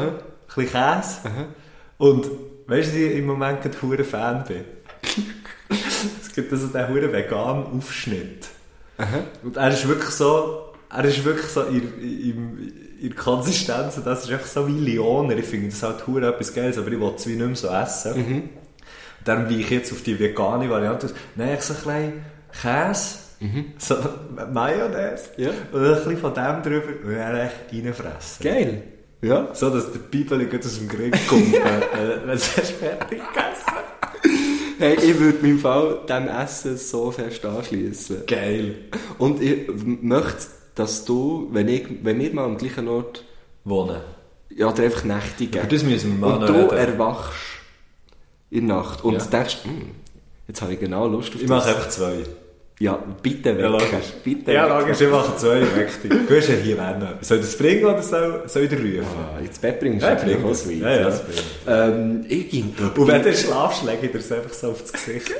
S6: bisschen Käse. Und weißt du, wie ich im Moment gerade hure Fan bin? es gibt also diesen hure veganen Aufschnitt. Und er ist wirklich so, er ist wirklich so in, in, in der Konsistenz, und das ist einfach so wie Leoner. Ich finde das halt hure etwas Geiles, aber ich will es wie nicht mehr so essen. Dann bin ich jetzt auf die vegane Variante aus. Nein, ich so ein bisschen Käse, so Mayonnaise
S5: Ja.
S6: und ein bisschen von dem drüber und dann echt reinfressen.
S5: Geil.
S6: Ja. So, dass der Bibel gut aus dem Grill kommt, äh, wenn es fertig gegessen
S5: Hey, ich würde meinem Fall dem Essen so fest anschließen.
S6: Geil.
S5: Und ich möchte, dass du, wenn, ich, wenn wir mal am gleichen Ort,
S6: Wohnen.
S5: ja, oder einfach Nächte
S6: Über
S5: gehen.
S6: das müssen wir mal
S5: und
S6: noch
S5: du
S6: reden.
S5: erwachst in der Nacht und
S6: Ja.
S5: denkst, hm, jetzt habe ich genau Lust auf
S6: Ich mache
S5: das.
S6: einfach zwei.
S5: Ja, bitte
S6: Ja,
S5: weg.
S6: logisch.
S5: bitte
S6: Ja,
S5: weg.
S6: logisch, ich mache zwei richtig. Du hast ja hier Männer. Soll ich das bringen oder soll, soll ich den rufen?
S5: Ah, jetzt Bett bringst du
S6: Ja,
S5: natürlich
S6: bring
S5: auch
S6: das.
S5: Sweet,
S6: Ja, ja,
S5: ja.
S6: das bring ich.
S5: Ähm, ich ging
S6: Und wenn du schlafst, lege ich dir das einfach so aufs Gesicht.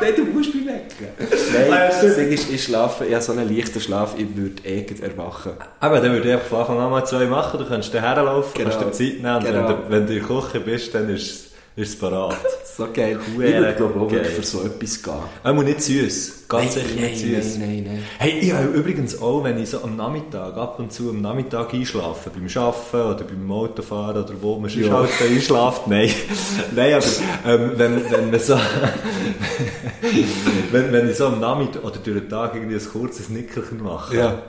S5: Nein, du musst mich wecken.
S6: Ah,
S5: Nein,
S6: ja,
S5: das
S6: stimmt.
S5: Ding ist, ich schlafe, ich habe so einen leichten Schlaf, ich würde eh gleich erwachen.
S6: Aber dann würde ich einfach von Anfang an mal zwei machen. Du kannst dann herlaufen,
S5: Genau.
S6: kannst dir Zeit nehmen. Und
S5: Genau.
S6: wenn, du, wenn du in der Küche bist, dann ist es- ist es parat.
S5: So geil. Ich
S6: Huere
S5: würde, glaube ich, auch
S6: geil.
S5: wirklich für so etwas gehen.
S6: Einmal nicht süß. Ganz sicher
S5: nein,
S6: nicht süß.
S5: nein, nein, nein.
S6: Hey, ich habe übrigens auch, wenn ich so am Nachmittag, ab und zu am Nachmittag einschlafe, beim Arbeiten oder beim Autofahren oder wo man sonst
S5: Ja.
S6: halt so einschlaft, nein, nein, aber ähm, wenn, wenn man so, wenn, wenn ich so am Nachmittag oder durch den Tag irgendwie ein kurzes Nickerchen mache,
S5: Ja.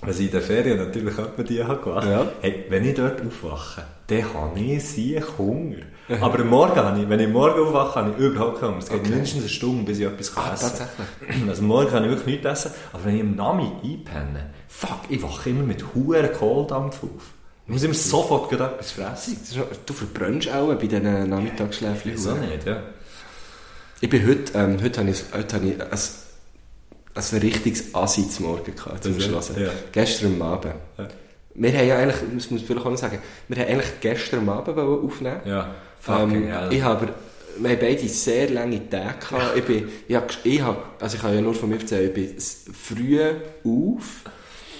S6: was ich Also in der Ferien natürlich auch mit dir habe gemacht,
S5: Ja.
S6: hey, wenn ich dort aufwache, dann habe ich sicher Hunger. Aber am Morgen habe ich, wenn ich am morgen aufwache, habe ich überhaupt keinen Hunger. Es geht mindestens eine Stunde, bis ich etwas kann
S5: Ah,
S6: essen also morgen kann ich wirklich nichts essen, aber wenn ich am Nami einpenne, fuck, ich wache immer mit hoher Kohldampf auf. Ich muss immer sofort gerade etwas fressen.
S5: Das ist noch- Du verbrennst auch bei diesen Nachmittagsschläfchen.
S6: Wieso nicht, ja?
S5: Ich bin heute, ähm, heute habe ich, heute habe ich ein, ein richtiges Assi zum Morgen gehabt, zum
S6: Das ist-
S5: Schluss.
S6: ja.
S5: Gestern am Abend.
S6: Ja.
S5: Wir haben ja eigentlich, das muss ich vielleicht auch noch sagen, wir haben eigentlich gestern am Abend wollen aufnehmen
S6: Ja, fucking
S5: Ähm,
S6: hell.
S5: ich habe, wir haben beide sehr lange Tage gehabt. Ich bin, ich habe, ich habe, also ich kann ja nur von mir erzählen, ich bin s- früh auf,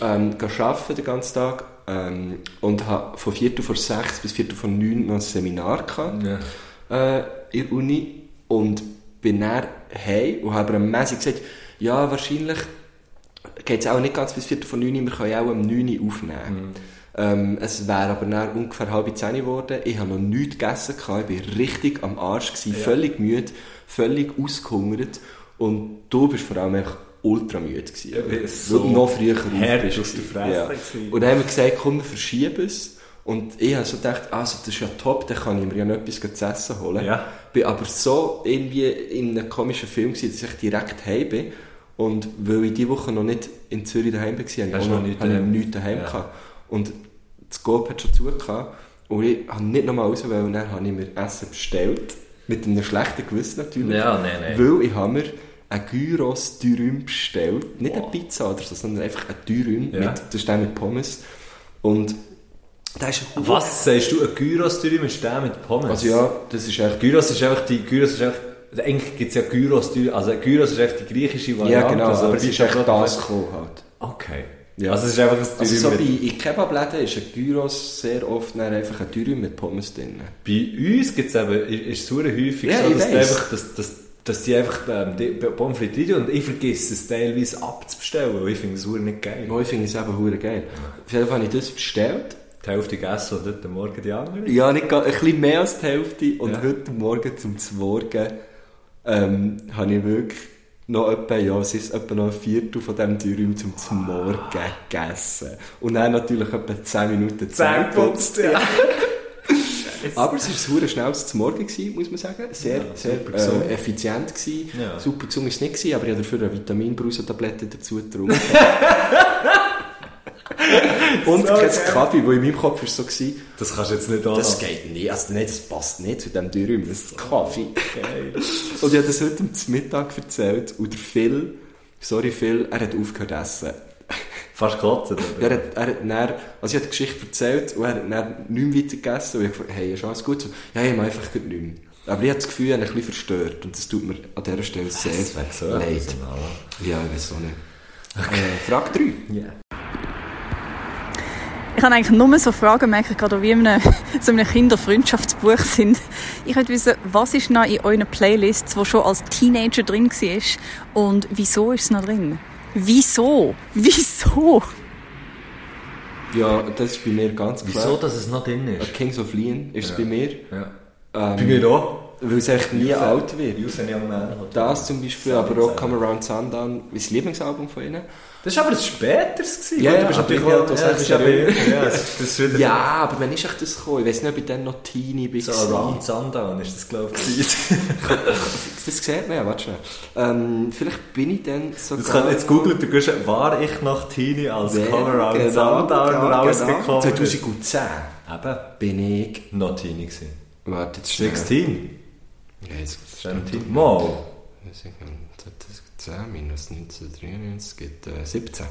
S5: ähm, gehe arbeiten den ganzen Tag, ähm, und habe von Viertel vor sechs bis Viertel vor neun noch ein Seminar gehabt,
S6: Ja.
S5: äh, in der Uni, und bin dann heim und habe am Messi gesagt, ja, wahrscheinlich geht es auch nicht ganz bis Viertel vor neun, wir können auch um neun Uhr
S6: Mhm.
S5: aufnehmen. Ähm, es wäre aber dann ungefähr halb zehn geworden. Ich habe noch nichts gegessen, gehabt. ich war richtig am Arsch, gewesen, völlig müde, völlig ausgehungert und du bist vor allem einfach ultra müde gewesen.
S6: Ja, weil
S5: Weil
S6: es so
S5: du noch früher
S6: hart
S5: bist
S6: auf der
S5: gewesen.
S6: Fresse gewesen.
S5: Und dann haben wir gesagt, komm, wir verschieben es. Und ich habe so gedacht, also das ist ja top, dann kann ich mir ja noch etwas zu essen holen
S6: Ja.
S5: bin aber so irgendwie in einem komischen Film gewesen, dass ich direkt heim bin. Und weil ich diese Woche noch nicht in Zürich daheim war, habe
S6: Hast
S5: ich
S6: du
S5: auch
S6: noch nicht
S5: habe ich
S6: daheim?
S5: nichts daheim
S6: Ja.
S5: gehabt. Und das Coop hat schon zugehabt. Und ich habe nicht nochmal raus, weil dann habe ich mir Essen bestellt. Mit einem schlechten Gewissen natürlich.
S6: Ja, nein, nein.
S5: Weil ich habe mir ein Gyros Dürüm bestellt. Nicht eine Pizza oder so, sondern einfach ein Dürüm.
S6: Ja.
S5: Mit, das ist der mit Pommes. Und da ist
S6: Was sagst du, ein Gyros dürüm ist der mit Pommes?
S5: Also ja, das ist echt
S6: Gyros ist einfach die, Gyros ist einfach, also eigentlich gibt es ja Gyros dürüm, also Gyros ist echt die griechische Variante.
S5: Ja, genau,
S6: also
S5: aber es ist echt
S6: Pizza-
S5: das gekommen halt.
S6: Okay.
S5: Ja.
S6: Also es ist einfach ein Dürüm
S5: Also so bei,
S6: mit...
S5: in Kebabläden ist ein Gyros sehr oft dann einfach ein Dürüm mit Pommes drin.
S6: Bei uns gibt's eben, ist es sehr häufig
S5: Ja,
S6: so,
S5: ich
S6: dass die,
S5: weiss.
S6: einfach, dass, dass, dass die einfach ähm, die Pommes frites reintun und ich vergesse es teilweise abzustellen, weil ich finde es sehr nicht geil.
S5: Neu finde ich es eben hure geil. Auf jeden Fall habe ich das bestellt.
S6: Die Hälfte gegessen und heute Morgen die andere.
S5: Ja, nicht ganz, ein bisschen mehr als die Hälfte. Und
S6: Ja.
S5: heute Morgen zum Zworgen ähm, habe ich wirklich noch etwa, ja, es ist etwa noch ein Viertel von diesem Dürüm zum Zmorgen gegessen. Und dann natürlich etwa 10 Minuten Zähne geputzt.
S6: ja.
S5: Aber es war sehr schnell zum Morgen, gewesen, muss man sagen. Sehr, sehr
S6: super gesund.
S5: äh, effizient. Gewesen.
S6: Ja.
S5: Super gesund war es nicht, gewesen, aber ich habe dafür eine Vitaminbrusentablette dazu getrunken. Und
S6: So
S5: kein
S6: geil.
S5: Kaffee, wo in meinem Kopf war so gewesen,
S6: Das kannst du jetzt nicht anlassen.
S5: das geht nicht, also nein, das passt nicht zu dem Dürüm, das ist Kaffee.
S6: Geil.
S5: Und Also, ich habe das heute am Mittag erzählt und der Phil, sorry Phil, er hat aufgehört zu essen.
S6: Fast kotzen. oder?
S5: Ja, Er hat, er hat dann, also ich habe die Geschichte erzählt und er hat dann nicht mehr weiter gegessen und ich habe gefragt, hey, ist alles gut? So, ja, ich mache einfach gerade nicht mehr. Aber ich habe das Gefühl, ich habe ihn ein bisschen verstört. Und das tut mir an dieser Stelle sehr leid.
S6: genau.
S5: Ja, ich weiß auch nicht. Äh, Frage 3.
S6: Ja.
S1: Ich habe eigentlich nur so Fragen, merke ich gerade, die wie in einem, so einem Kinderfreundschaftsbuch sind. Ich wollte wissen, was ist noch in euren Playlists, die schon als Teenager drin war und wieso ist es noch drin? Wieso? Wieso?
S5: Ja, das ist bei mir ganz
S6: Wieso,
S5: klar.
S6: dass es noch drin ist?
S5: Kings of Leon ist es bei mir.
S6: Ja.
S5: Ähm,
S6: Bei mir auch.
S5: Weil es echt nie
S6: Youth-
S5: alt wird.
S6: Youth and Young Man. Hotel.
S5: Das zum Beispiel, aber auch Come Around Sundown, mein Lieblingsalbum von ihnen.
S6: Das war aber ein späteres. gewesen.
S5: Ja,
S6: Gut,
S5: ja, aber ich bin
S6: auch
S5: halt auch
S6: ja, du bist aber- ja, das ist wieder...
S5: Ja, aber wann ist echt das gekommen? Ich weiß nicht, ob ich dann noch Teenie bin.
S6: So
S5: gewesen.
S6: Around Sundown ist das, glaube ich.
S5: Das sieht man ja, warte schnell. Ähm, vielleicht bin ich dann sogar...
S6: Das kann jetzt googeln, du gehst, war ich noch Teenie, als
S5: Wer-
S6: Come Around
S5: genau,
S6: Sundown
S5: ja, genau.
S6: rausgekommen ist?
S5: 2010
S6: Eben,
S5: bin ich...
S6: noch Teenie gewesen.
S5: Warte, jetzt schnell.
S6: 16?
S5: Ja, jetzt-
S6: 17? Mal.
S5: Das ist- das ist 10 minus 1993 gibt äh, 17.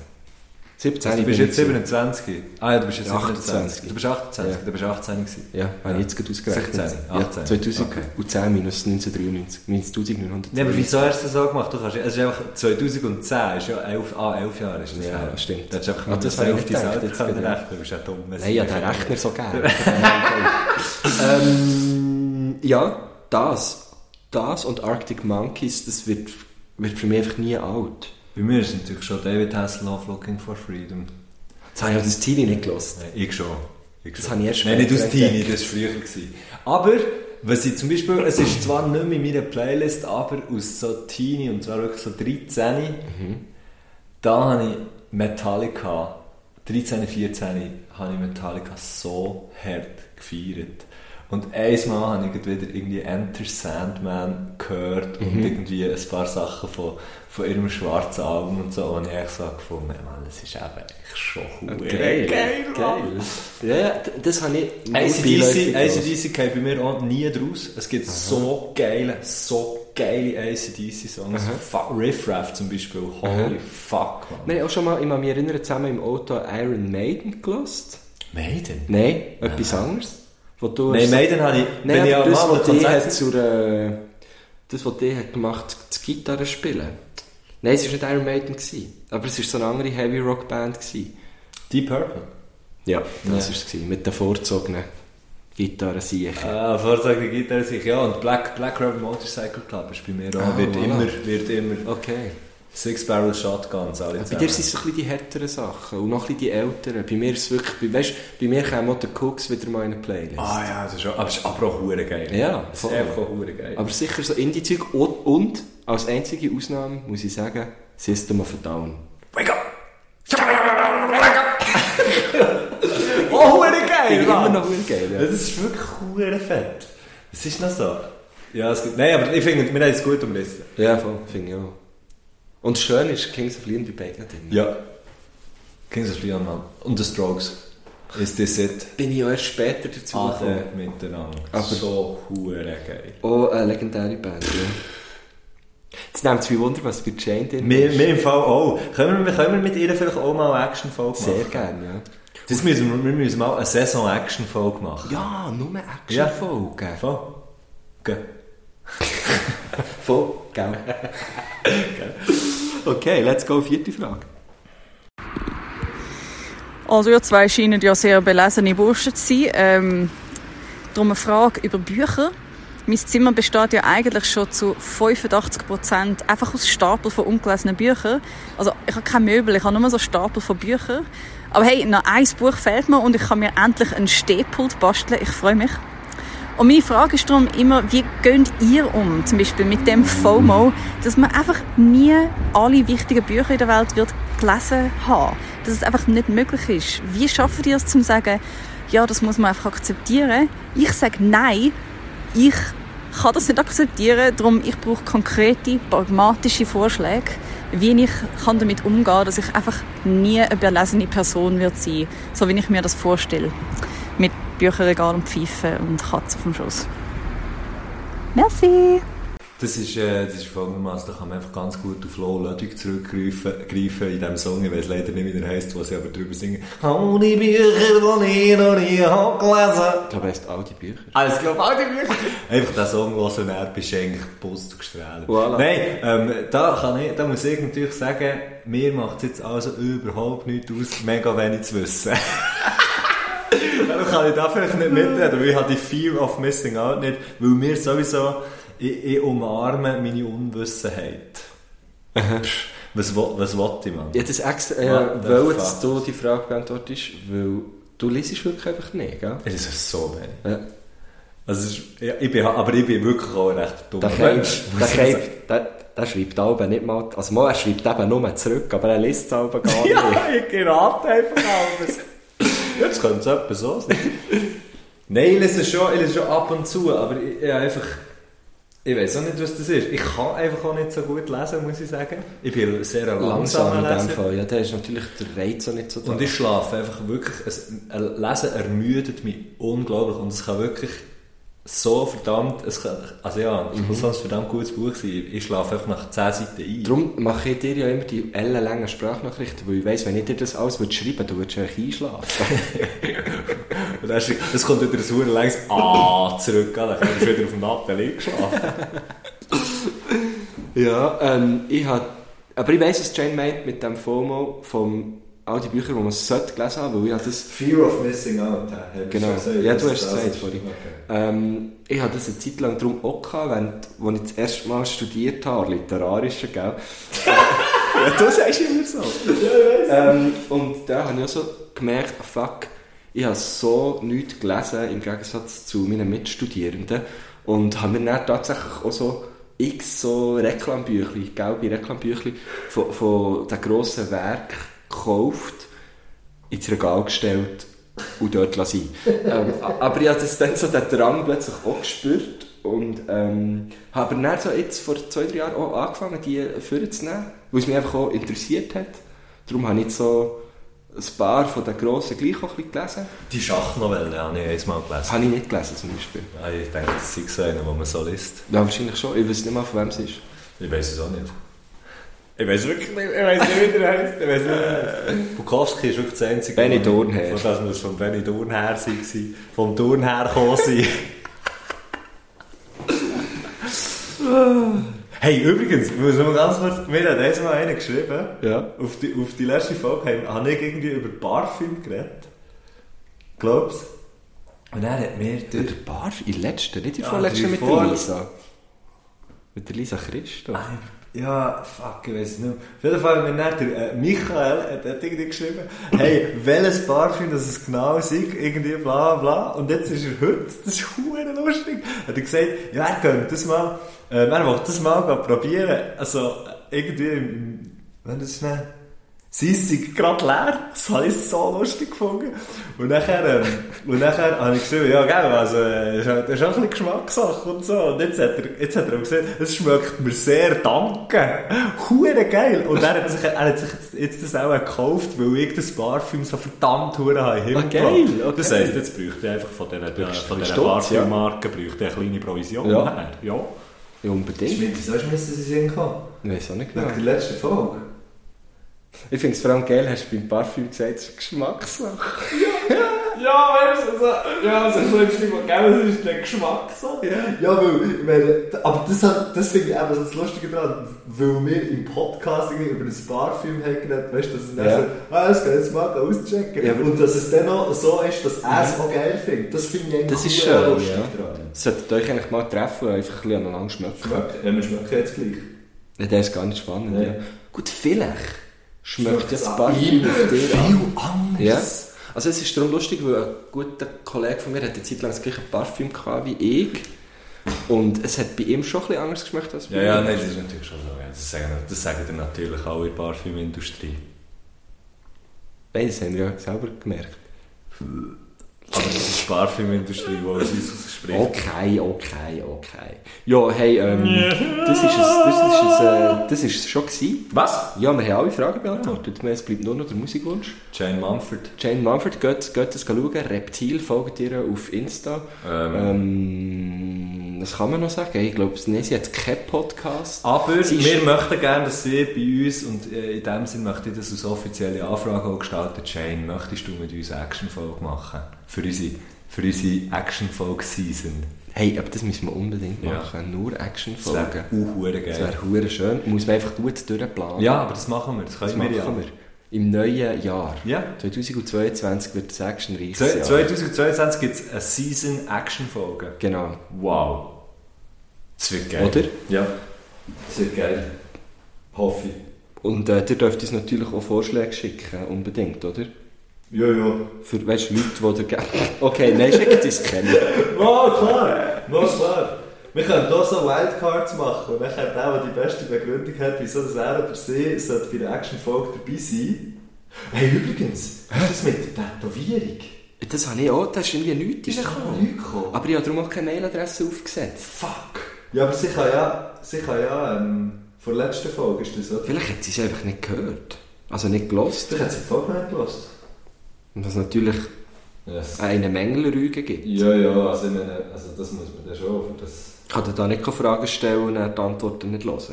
S5: 17
S6: Also, du
S5: ich
S6: bist
S5: bin
S6: jetzt
S5: ich-
S6: 27. Ah ja, du bist jetzt
S5: 28.
S6: 27. Du bist 28, du bist 18 gewesen.
S5: Ja, habe ich jetzt gerade ausgerechnet.
S6: 16, 18.
S5: Ja, 2010 minus 1993. Minus 1900.
S6: Ja, aber wieso hast du das so gemacht? Du kannst, es ist einfach 2010, ist ja 11, ah, 11 Jahre ist das
S5: Ja,
S6: her.
S5: stimmt.
S6: Da hast du einfach
S5: Ah,
S6: mit der
S5: das habe ich
S6: Hälfte
S5: nicht gedacht,
S6: selber
S5: jetzt
S6: können
S5: gerade.
S6: rechnen, du bist ja dumm.
S5: Nein, ja, den Rechner so gerne. ähm, ja, das. Das und Arctic Monkeys, das wird, wird für mich einfach nie alt.
S6: Bei mir ist natürlich schon David Hasselhoff Looking for Freedom.
S5: Das habe ich auch das Teenie nicht gelesen.
S6: Nein, Ich schon. Ich
S5: Das habe ich erst
S6: Nein, nicht aus
S5: später
S6: Teenie, das war früher. Gewesen. Aber, was ich zum Beispiel, es ist zwar nicht mehr in meiner Playlist, aber aus so Teenie, und zwar wirklich so 13,
S5: Mhm.
S6: da habe ich Metallica, 13, 14, habe ich Metallica so hart gefeiert. Und einmal habe ich gerade wieder irgendwie Enter Sandman gehört
S5: Mhm.
S6: und irgendwie ein paar Sachen von, von ihrem schwarzen Album und so. Und ich habe so gefunden, Mann, das ist eben echt schon
S5: Geil.
S6: geil, Mann.
S5: Ja, ja, d- das habe ich nur beiläufig
S6: ACDC,
S5: gelesen.
S6: ACDC geht bei mir auch nie draus. Es gibt so geile, so geile ACDC-Songs. Fuck, Riff Raff zum Beispiel. Holy fuck, man.
S5: Wir haben auch schon mal, ich kann mich erinnern, zusammen im Auto Iron Maiden gelesen.
S6: Maiden?
S5: Nein, etwas anderes. Wo du
S6: Nein, Maiden habe ich,
S5: Nein,
S6: bin ich
S5: aber
S6: auch
S5: das,
S6: mal
S5: was
S6: am
S5: die
S6: Konzert.
S5: hat zur, äh, das, was die hat gemacht, das Gitarre spielen. Nein, es war nicht Iron Maiden, gewesen, aber es war so eine andere Heavy Rock Band. Gewesen.
S6: Deep Purple.
S5: Ja, das
S6: Ja.
S5: war es. gewesen, Mit den vorzogenen Gitarren sicher.
S6: Ah, vorzeigen Gitarre sich, ja. Und Black, Black Rabbit Motorcycle Club ist bei mir auch.
S5: Ah,
S6: wird,
S5: voilà.
S6: immer, wird immer.
S5: Okay.
S6: Six Barrel Shotguns, alle
S5: Bei dir sind es so ein bisschen die härteren Sachen und noch ein bisschen die älteren. Bei mir ist es wirklich, bei, weißt, bei mir kommen auch die Cooks wieder mal in eine Playlist.
S6: Ah ja, das ist auch, aber es ist aber auch hure geil.
S5: Ja,
S6: es ist
S5: voll.
S6: einfach auch hure geil.
S5: Aber sicher so Indie-Zeug und, und als einzige Ausnahme muss ich sagen, System of a Down.
S6: Wake up! oh, hure
S5: Finde
S6: geil,
S5: ich immer
S6: Mann!
S5: noch verdammt geil, ja.
S6: Das ist wirklich hure fett. Das ist noch so. Ja, es gibt... Nein, aber ich finde, wir haben es gut umrissen.
S5: Ja, voll, finde ich auch. Und schön ist Kings of Leon bei beiden drin.
S6: Ja. Kings of Leon, Mann. Und The Strokes. Ist das it?
S5: Bin ich auch erst später dazu
S6: Alle
S5: gekommen.
S6: miteinander.
S5: Aber-
S6: so hure geil.
S5: Oh, eine legendäre Band, ja. Jetzt nehmt es mich Wunder, was für Jane drin
S6: Wir,
S5: ist.
S6: wir im Fall auch. Können wir, können wir mit ihr vielleicht auch mal eine Action-Folge machen?
S5: Sehr gerne, ja.
S6: Das müssen wir, wir müssen mal eine Saison-Action-Folge machen.
S5: Ja, nur Action-Folgen. Ja.
S6: Voll. Okay.
S5: Voll, gell. okay, let's go, vierte Frage.
S1: Also ihr zwei scheinen ja sehr belesene Burschen zu sein. Ähm, darum eine Frage über Bücher. Mein Zimmer besteht ja eigentlich schon zu 85 Prozent einfach aus Stapel von ungelesenen Büchern. Also ich habe keine Möbel, ich habe nur so Stapel von Büchern. Aber hey, noch ein Buch fehlt mir und ich kann mir endlich einen Stehpult basteln. Ich freue mich. Und meine Frage ist darum immer, wie geht ihr um, zum Beispiel mit dem FOMO, dass man einfach nie alle wichtigen Bücher in der Welt wird gelesen haben, dass es einfach nicht möglich ist. Wie schafft ihr es, zum sagen, ja, das muss man einfach akzeptieren? Ich sage nein, ich kann das nicht akzeptieren, darum ich brauche konkrete, pragmatische Vorschläge, wie ich kann damit umgehen, dass ich einfach nie eine belesene Person wird sein, so wie ich mir das vorstelle mit Bücherregal und Pfeifen und Katze auf dem Schoß. Merci!
S6: Das ist, äh, das ist folgendermaßen, da kann man einfach ganz gut auf Low Ludwig zurückgreifen greifen in diesem Song, ich weiß leider nicht, wie der heisst, was sie aber drüber singen. All die Bücher, die ich noch nie habe gelesen.
S5: Ich glaube, er heisst all die Bücher.
S6: Alles glaub, all die Bücher. Einfach diesen Song hören und dann bist du eigentlich Post und gestrahlt.
S5: Voilà.
S6: Nein, ähm, da, kann ich, da muss ich natürlich sagen, mir macht es jetzt also überhaupt nichts aus, mega wenig zu wissen. Darum kann ich da vielleicht nicht mitreden, weil ich habe die Fear of Missing Out nicht, weil mir sowieso, ich, ich umarme meine Unwissenheit. Pff, was, will- was will ich, Mann?
S5: Ich hätte es extra, äh,
S6: What the
S5: weil jetzt
S6: fuck?
S5: du die Frage beantwortest, weil du liest wirklich einfach nicht, gell? Äh,
S6: Es ist so wenig.
S5: Ja.
S6: Also, es ist, ja, ich bin, aber ich bin wirklich auch ein recht dumm.
S5: Der Keib, der Keib, der, der schreibt Alben nicht mal, also mal, er schreibt eben nur zurück, aber er liest es Alben gar nicht.
S6: Ja, ich gerate einfach alles. Jetzt könnte es etwa so sein. Nein, ich lese schon, ich lese schon ab und zu, aber ich, ich habe einfach... Ich weiß auch nicht, was das ist. Ich kann einfach auch nicht so gut lesen, muss ich sagen. Ich bin sehr ein
S5: Langsam
S6: langsamer
S5: in dem
S6: Leser.
S5: Fall, ja, da ist natürlich der Reiz auch nicht so da.
S6: Und ich schlafe einfach wirklich... Es, äh, lesen ermüdet mich unglaublich und es kann wirklich so verdammt... Es kann, also ja, es
S5: Mhm.
S6: muss so ein verdammt gutes Buch sein. Ich- Ich schlafe einfach nach 10 Seiten ein.
S5: Darum mache ich dir ja immer die ellenlangen Sprachnachrichten, weil ich weiss, wenn ich dir das alles würde schreiben würde, du würdest eigentlich einschlafen.
S6: Und dann ist- es kommt wieder ein Huren längs «Ah» zurück, gell? dann kommst du wieder auf dem Nappen liegen geschlafen.
S5: ja, ähm, ich habe, aber ich weiss, was Jane meint mit dem FOMO von all die Büchern, die man sollte gelesen haben, weil ich habe das
S6: «Fear of missing out», hast
S5: Genau. Ja, du hast es gesagt vorhin. Ähm, ich hatte das eine Zeit lang darum auch, gehabt, wenn, als ich das erste Mal studiert habe, literarische, gell? ja, du sagst immer so. ähm, und da habe ich auch so gemerkt, ah, fuck, ich habe so nichts gelesen, im Gegensatz zu meinen Mitstudierenden. Und habe mir dann tatsächlich auch so x so Reklambüchli, gelbe Reklambüchli von, von den grossen Werk gekauft ins Regal gestellt und dort lassen. ähm, a- aber ich habe das dann so den Drang plötzlich auch gespürt und ähm, habe aber dann so jetzt vor zwei, drei Jahren auch angefangen, die vorzunehmen, weil es mich einfach auch interessiert hat. Darum habe ich jetzt so ein paar von den Grossen gleich auch ein bisschen gelesen.
S6: Die Schachnovelle habe ich einmal
S5: Das
S6: gelesen.
S5: habe ich nicht gelesen zum Beispiel.
S6: Ja, ich denke, das sei so einer, den man so liest.
S5: Ja, wahrscheinlich schon. Ich weiß nicht mal, von wem es ist.
S6: Ich weiß es auch nicht. Ich weiß wirklich nicht, ich weiß nicht, wie der heißt. Ich weiß nicht. wie der heisst. Äh, Bukowski ist wirklich das einzige.
S5: Benny Dornherr.
S6: Von das muss von Benny Dornherr sein, gewesen. vom Dornherr gekommen sein. Hey, übrigens, ich muss noch mal ganz kurz, mir hat eins mal einer geschrieben,
S5: Ja.
S6: auf, die, auf die letzte Folge haben, habe ich irgendwie über Barfilm geredet. Glaubst Und er hat mir
S5: Der
S6: durch...
S5: Barf, in letzter, nicht in
S6: Ja,
S5: vorletzter
S6: die
S5: mit
S6: vor-
S5: der Lisa. Mit der Lisa Christoph.
S6: Ah, Ja, fuck, ich weiß es nicht. mehr. Auf jeden Fall hat mir dann der, äh, Michael hat, hat irgendwie geschrieben, hey, welches Parfüm das es genau sei, irgendwie bla bla. Und jetzt ist er heute, das ist hure lustig. Hat er gesagt, ja, er könnte das mal, äh, er will das mal gehen probieren. Also, äh, irgendwie, im- im- wenn das schnell, sie ist gerade leer. Das habe ich so lustig gefunden. Und nachher, ähm, und nachher habe ich geschrieben, ja, gell, also, äh, ist halt- ist auch ein bisschen Geschmackssache und so. Und jetzt hat er, jetzt hat er auch gesehen, es schmeckt mir sehr danke. Hure geil. Und er hat sich, er hat sich jetzt, jetzt das auch gekauft, weil ich das Parfüm so verdammt hure habe. im Himmel
S5: Ah, geil,
S6: gelassen.
S5: okay.
S6: Das heisst, jetzt bräuchte ich einfach von diesen, äh, von diesen
S5: Stutz, ja.
S6: Parfümmarken, bräuchte ich eine kleine Provision.
S5: Ja.
S6: nachher. ja.
S5: Ja, unbedingt.
S6: Wieso ist mir das in den Sinn gekommen?
S5: Ich weiß auch nicht genau.
S6: letzten Folge.
S5: Ich finde es vor allem geil, hast du beim Parfüm gesagt, es ist Geschmackssache.
S6: Ja, weißt du, also, ja, so schlimm ist immer, gell, das ist der Geschmack so. Ja, weil, ich meine, aber das, hat- das finde ich eben so das Lustige daran, weil wir im Podcast irgendwie über ein Parfüm haben geredet, weißt du, dass es dann
S5: Ja.
S6: so, ah, das kann ich jetzt mal auschecken.
S5: Ja, aber-
S6: und dass es dann auch so ist, dass er es auch geil findet, das finde ich eigentlich
S5: Das ist
S6: cool,
S5: schön,
S6: lustig
S5: ja.
S6: daran.
S5: Solltet ihr euch eigentlich mal treffen und einfach ein bisschen aneinander schmecken.
S6: Schmeckt, ja, wir schmecken jetzt gleich.
S5: Ja, der ist gar nicht spannend.
S6: Nee.
S5: Ja. Gut, vielleicht schmeckt
S6: Schmeckt's
S5: jetzt
S6: an
S5: ein Parfüm auf dir an.
S6: anders.
S5: Ja. Also es ist darum lustig, weil ein guter Kollege von mir hat eine Zeit lang das gleiche Parfüm gehabt wie ich. Und es hat bei ihm schon ein bisschen anders geschmeckt als bei
S6: Ja, ja,
S5: mir.
S6: nein, das ist natürlich schon so. Ja. Das, sagen, das sagen dann natürlich alle in der Parfümindustrie.
S5: Nein, das haben wir ja selber gemerkt.
S6: Aber das ist die Parfümindustrie, die aus uns ausspricht.
S5: Okay, okay, okay. Ja, hey, ähm, das ist es, das ist es, äh, das ist es schon gewesen.
S6: Was?
S5: Ja, wir haben alle Fragen beantwortet. Jetzt bleibt nur noch der Musikwunsch.
S6: Jane Mumford.
S5: Jane Mumford,
S6: Ehm.
S5: geht, geht das schauen. Reptil folgt ihr auf Insta.
S6: Ähm,
S5: Ähm, was kann man noch sagen? Ich glaube, nee, sie hat keinen Podcast.
S6: Aber
S5: Sie ist-
S6: wir möchten gerne, dass sie bei uns, und äh, in dem Sinn möchte ich das als offizielle Anfrage auch gestalten, Jane, möchtest du mit uns eine Action-Folge machen? Für unsere, für unsere Action-Folge-Season.
S5: Hey, aber das müssen wir unbedingt
S6: Ja.
S5: machen. Nur
S6: Das
S5: Actionfolgen.
S6: wäre auch hure
S5: Das
S6: geil.
S5: wäre hure schön. Muss man einfach gut durchplanen.
S6: Ja, aber das machen wir, das können
S5: das
S6: wir
S5: machen
S6: ja.
S5: wir. Im neuen Jahr.
S6: Ja.
S5: 2022 wird das actionreiches
S6: Zwei-
S5: Jahr.
S6: 2022 gibt es eine Season-Action-Folge.
S5: Genau.
S6: Wow. Das wird geil.
S5: Oder?
S6: Ja. Das wird geil. Hoffe ich.
S5: Und äh, ihr dürft uns natürlich auch Vorschläge schicken, unbedingt, oder?
S6: Ja, ja.
S5: Für, weißt du, Leute, die da Okay, nein, schickt uns keine.
S6: Mal klar, mal klar. Wir können hier so Wildcards machen und dann könnte der, der die beste Begründung hat, wieso das er oder sie sollte bei der Action-Folge dabei sein. Hey, übrigens, was ist das mit der Tätowierung?
S5: Das habe ich auch, das ist irgendwie nichts
S6: Ist da noch
S5: reingekommen.
S6: nichts gekommen?
S5: Aber ich habe darum auch keine Mailadresse aufgesetzt.
S6: Fuck! Ja, aber sie kann ja, sie kann ja, ähm, vor der letzten Folge ist das, oder?
S5: Vielleicht hat sie es einfach nicht gehört. Also nicht gelost.
S6: Vielleicht hat sie die Folge nicht gehört.
S5: Und was natürlich
S6: Yes.
S5: eine Mängelrüge gibt.
S6: Ja, ja, also, ich meine, also das muss man dann schon, für das...
S5: Ich kann dir da nicht Fragen stellen und dann die Antworten nicht hören.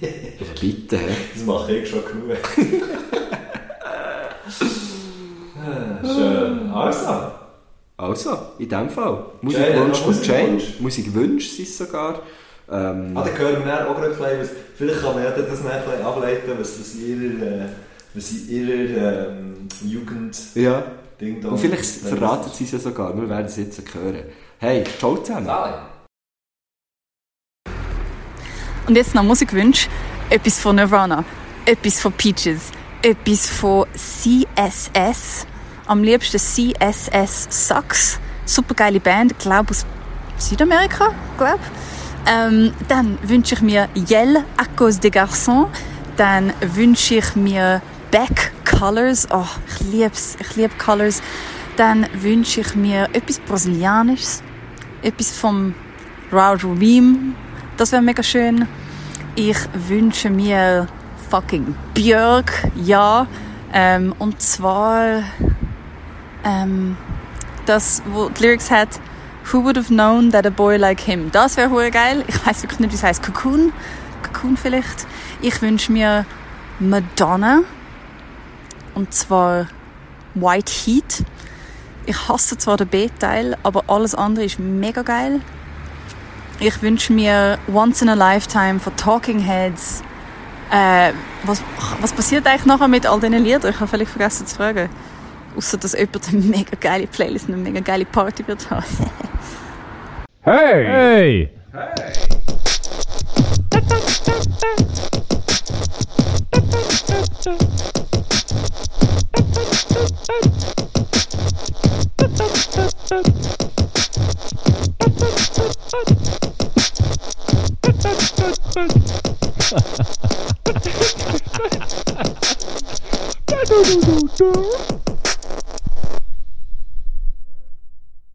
S5: hä? Also bitte. hä?
S6: Das mache ich schon genug. Ah, Schön. Also.
S5: Also, in dem Fall.
S6: Jane,
S5: Musikwunsch
S6: noch
S5: von Jane.
S6: Musikwunsch.
S5: Musikwunsch sind es sogar. Ähm,
S6: Ah, dann hören wir dann auch gerade ein bisschen, was, vielleicht kann man ja dann das dann ein bisschen ableiten, was, was in ihrer, äh, was in ihrer ähm, Jugend
S5: ja.
S6: Ding da
S5: Und vielleicht verraten sie es ja sogar. Wir werden es jetzt hören. Hey, ciao zusammen.
S1: Und jetzt noch Musikwunsch. Etwas von Nirvana, etwas von Peaches, etwas von CSS. Am liebsten CSS Sucks. Supergeile Band, glaube aus Südamerika, glaube ähm, Dann wünsche ich mir Yell à cause des garçons. Dann wünsche ich mir Back Colors. Oh, ich liebe ich liebe Colors. Dann wünsche ich mir etwas Brasilianisches, etwas vom Raul Rubim. Das wäre mega schön. Ich wünsche mir fucking Björk, ja. Ähm, und zwar ähm, das, wo die Lyrics hat, Who would have known that a boy like him? Das wäre hure geil. Ich weiß wirklich nicht, wie es heißt. Cocoon? Cocoon vielleicht. Ich wünsche mir Madonna. Und zwar White Heat. Ich hasse zwar den B-Teil, aber alles andere ist mega geil. Ich wünsche mir Once in a Lifetime von Talking Heads. Äh, was, was passiert eigentlich nachher mit all diesen Liedern? Ich habe völlig vergessen zu fragen. Außer dass jemand eine mega geile Playlist und eine mega geile Party wird haben.
S2: Hey! Hey!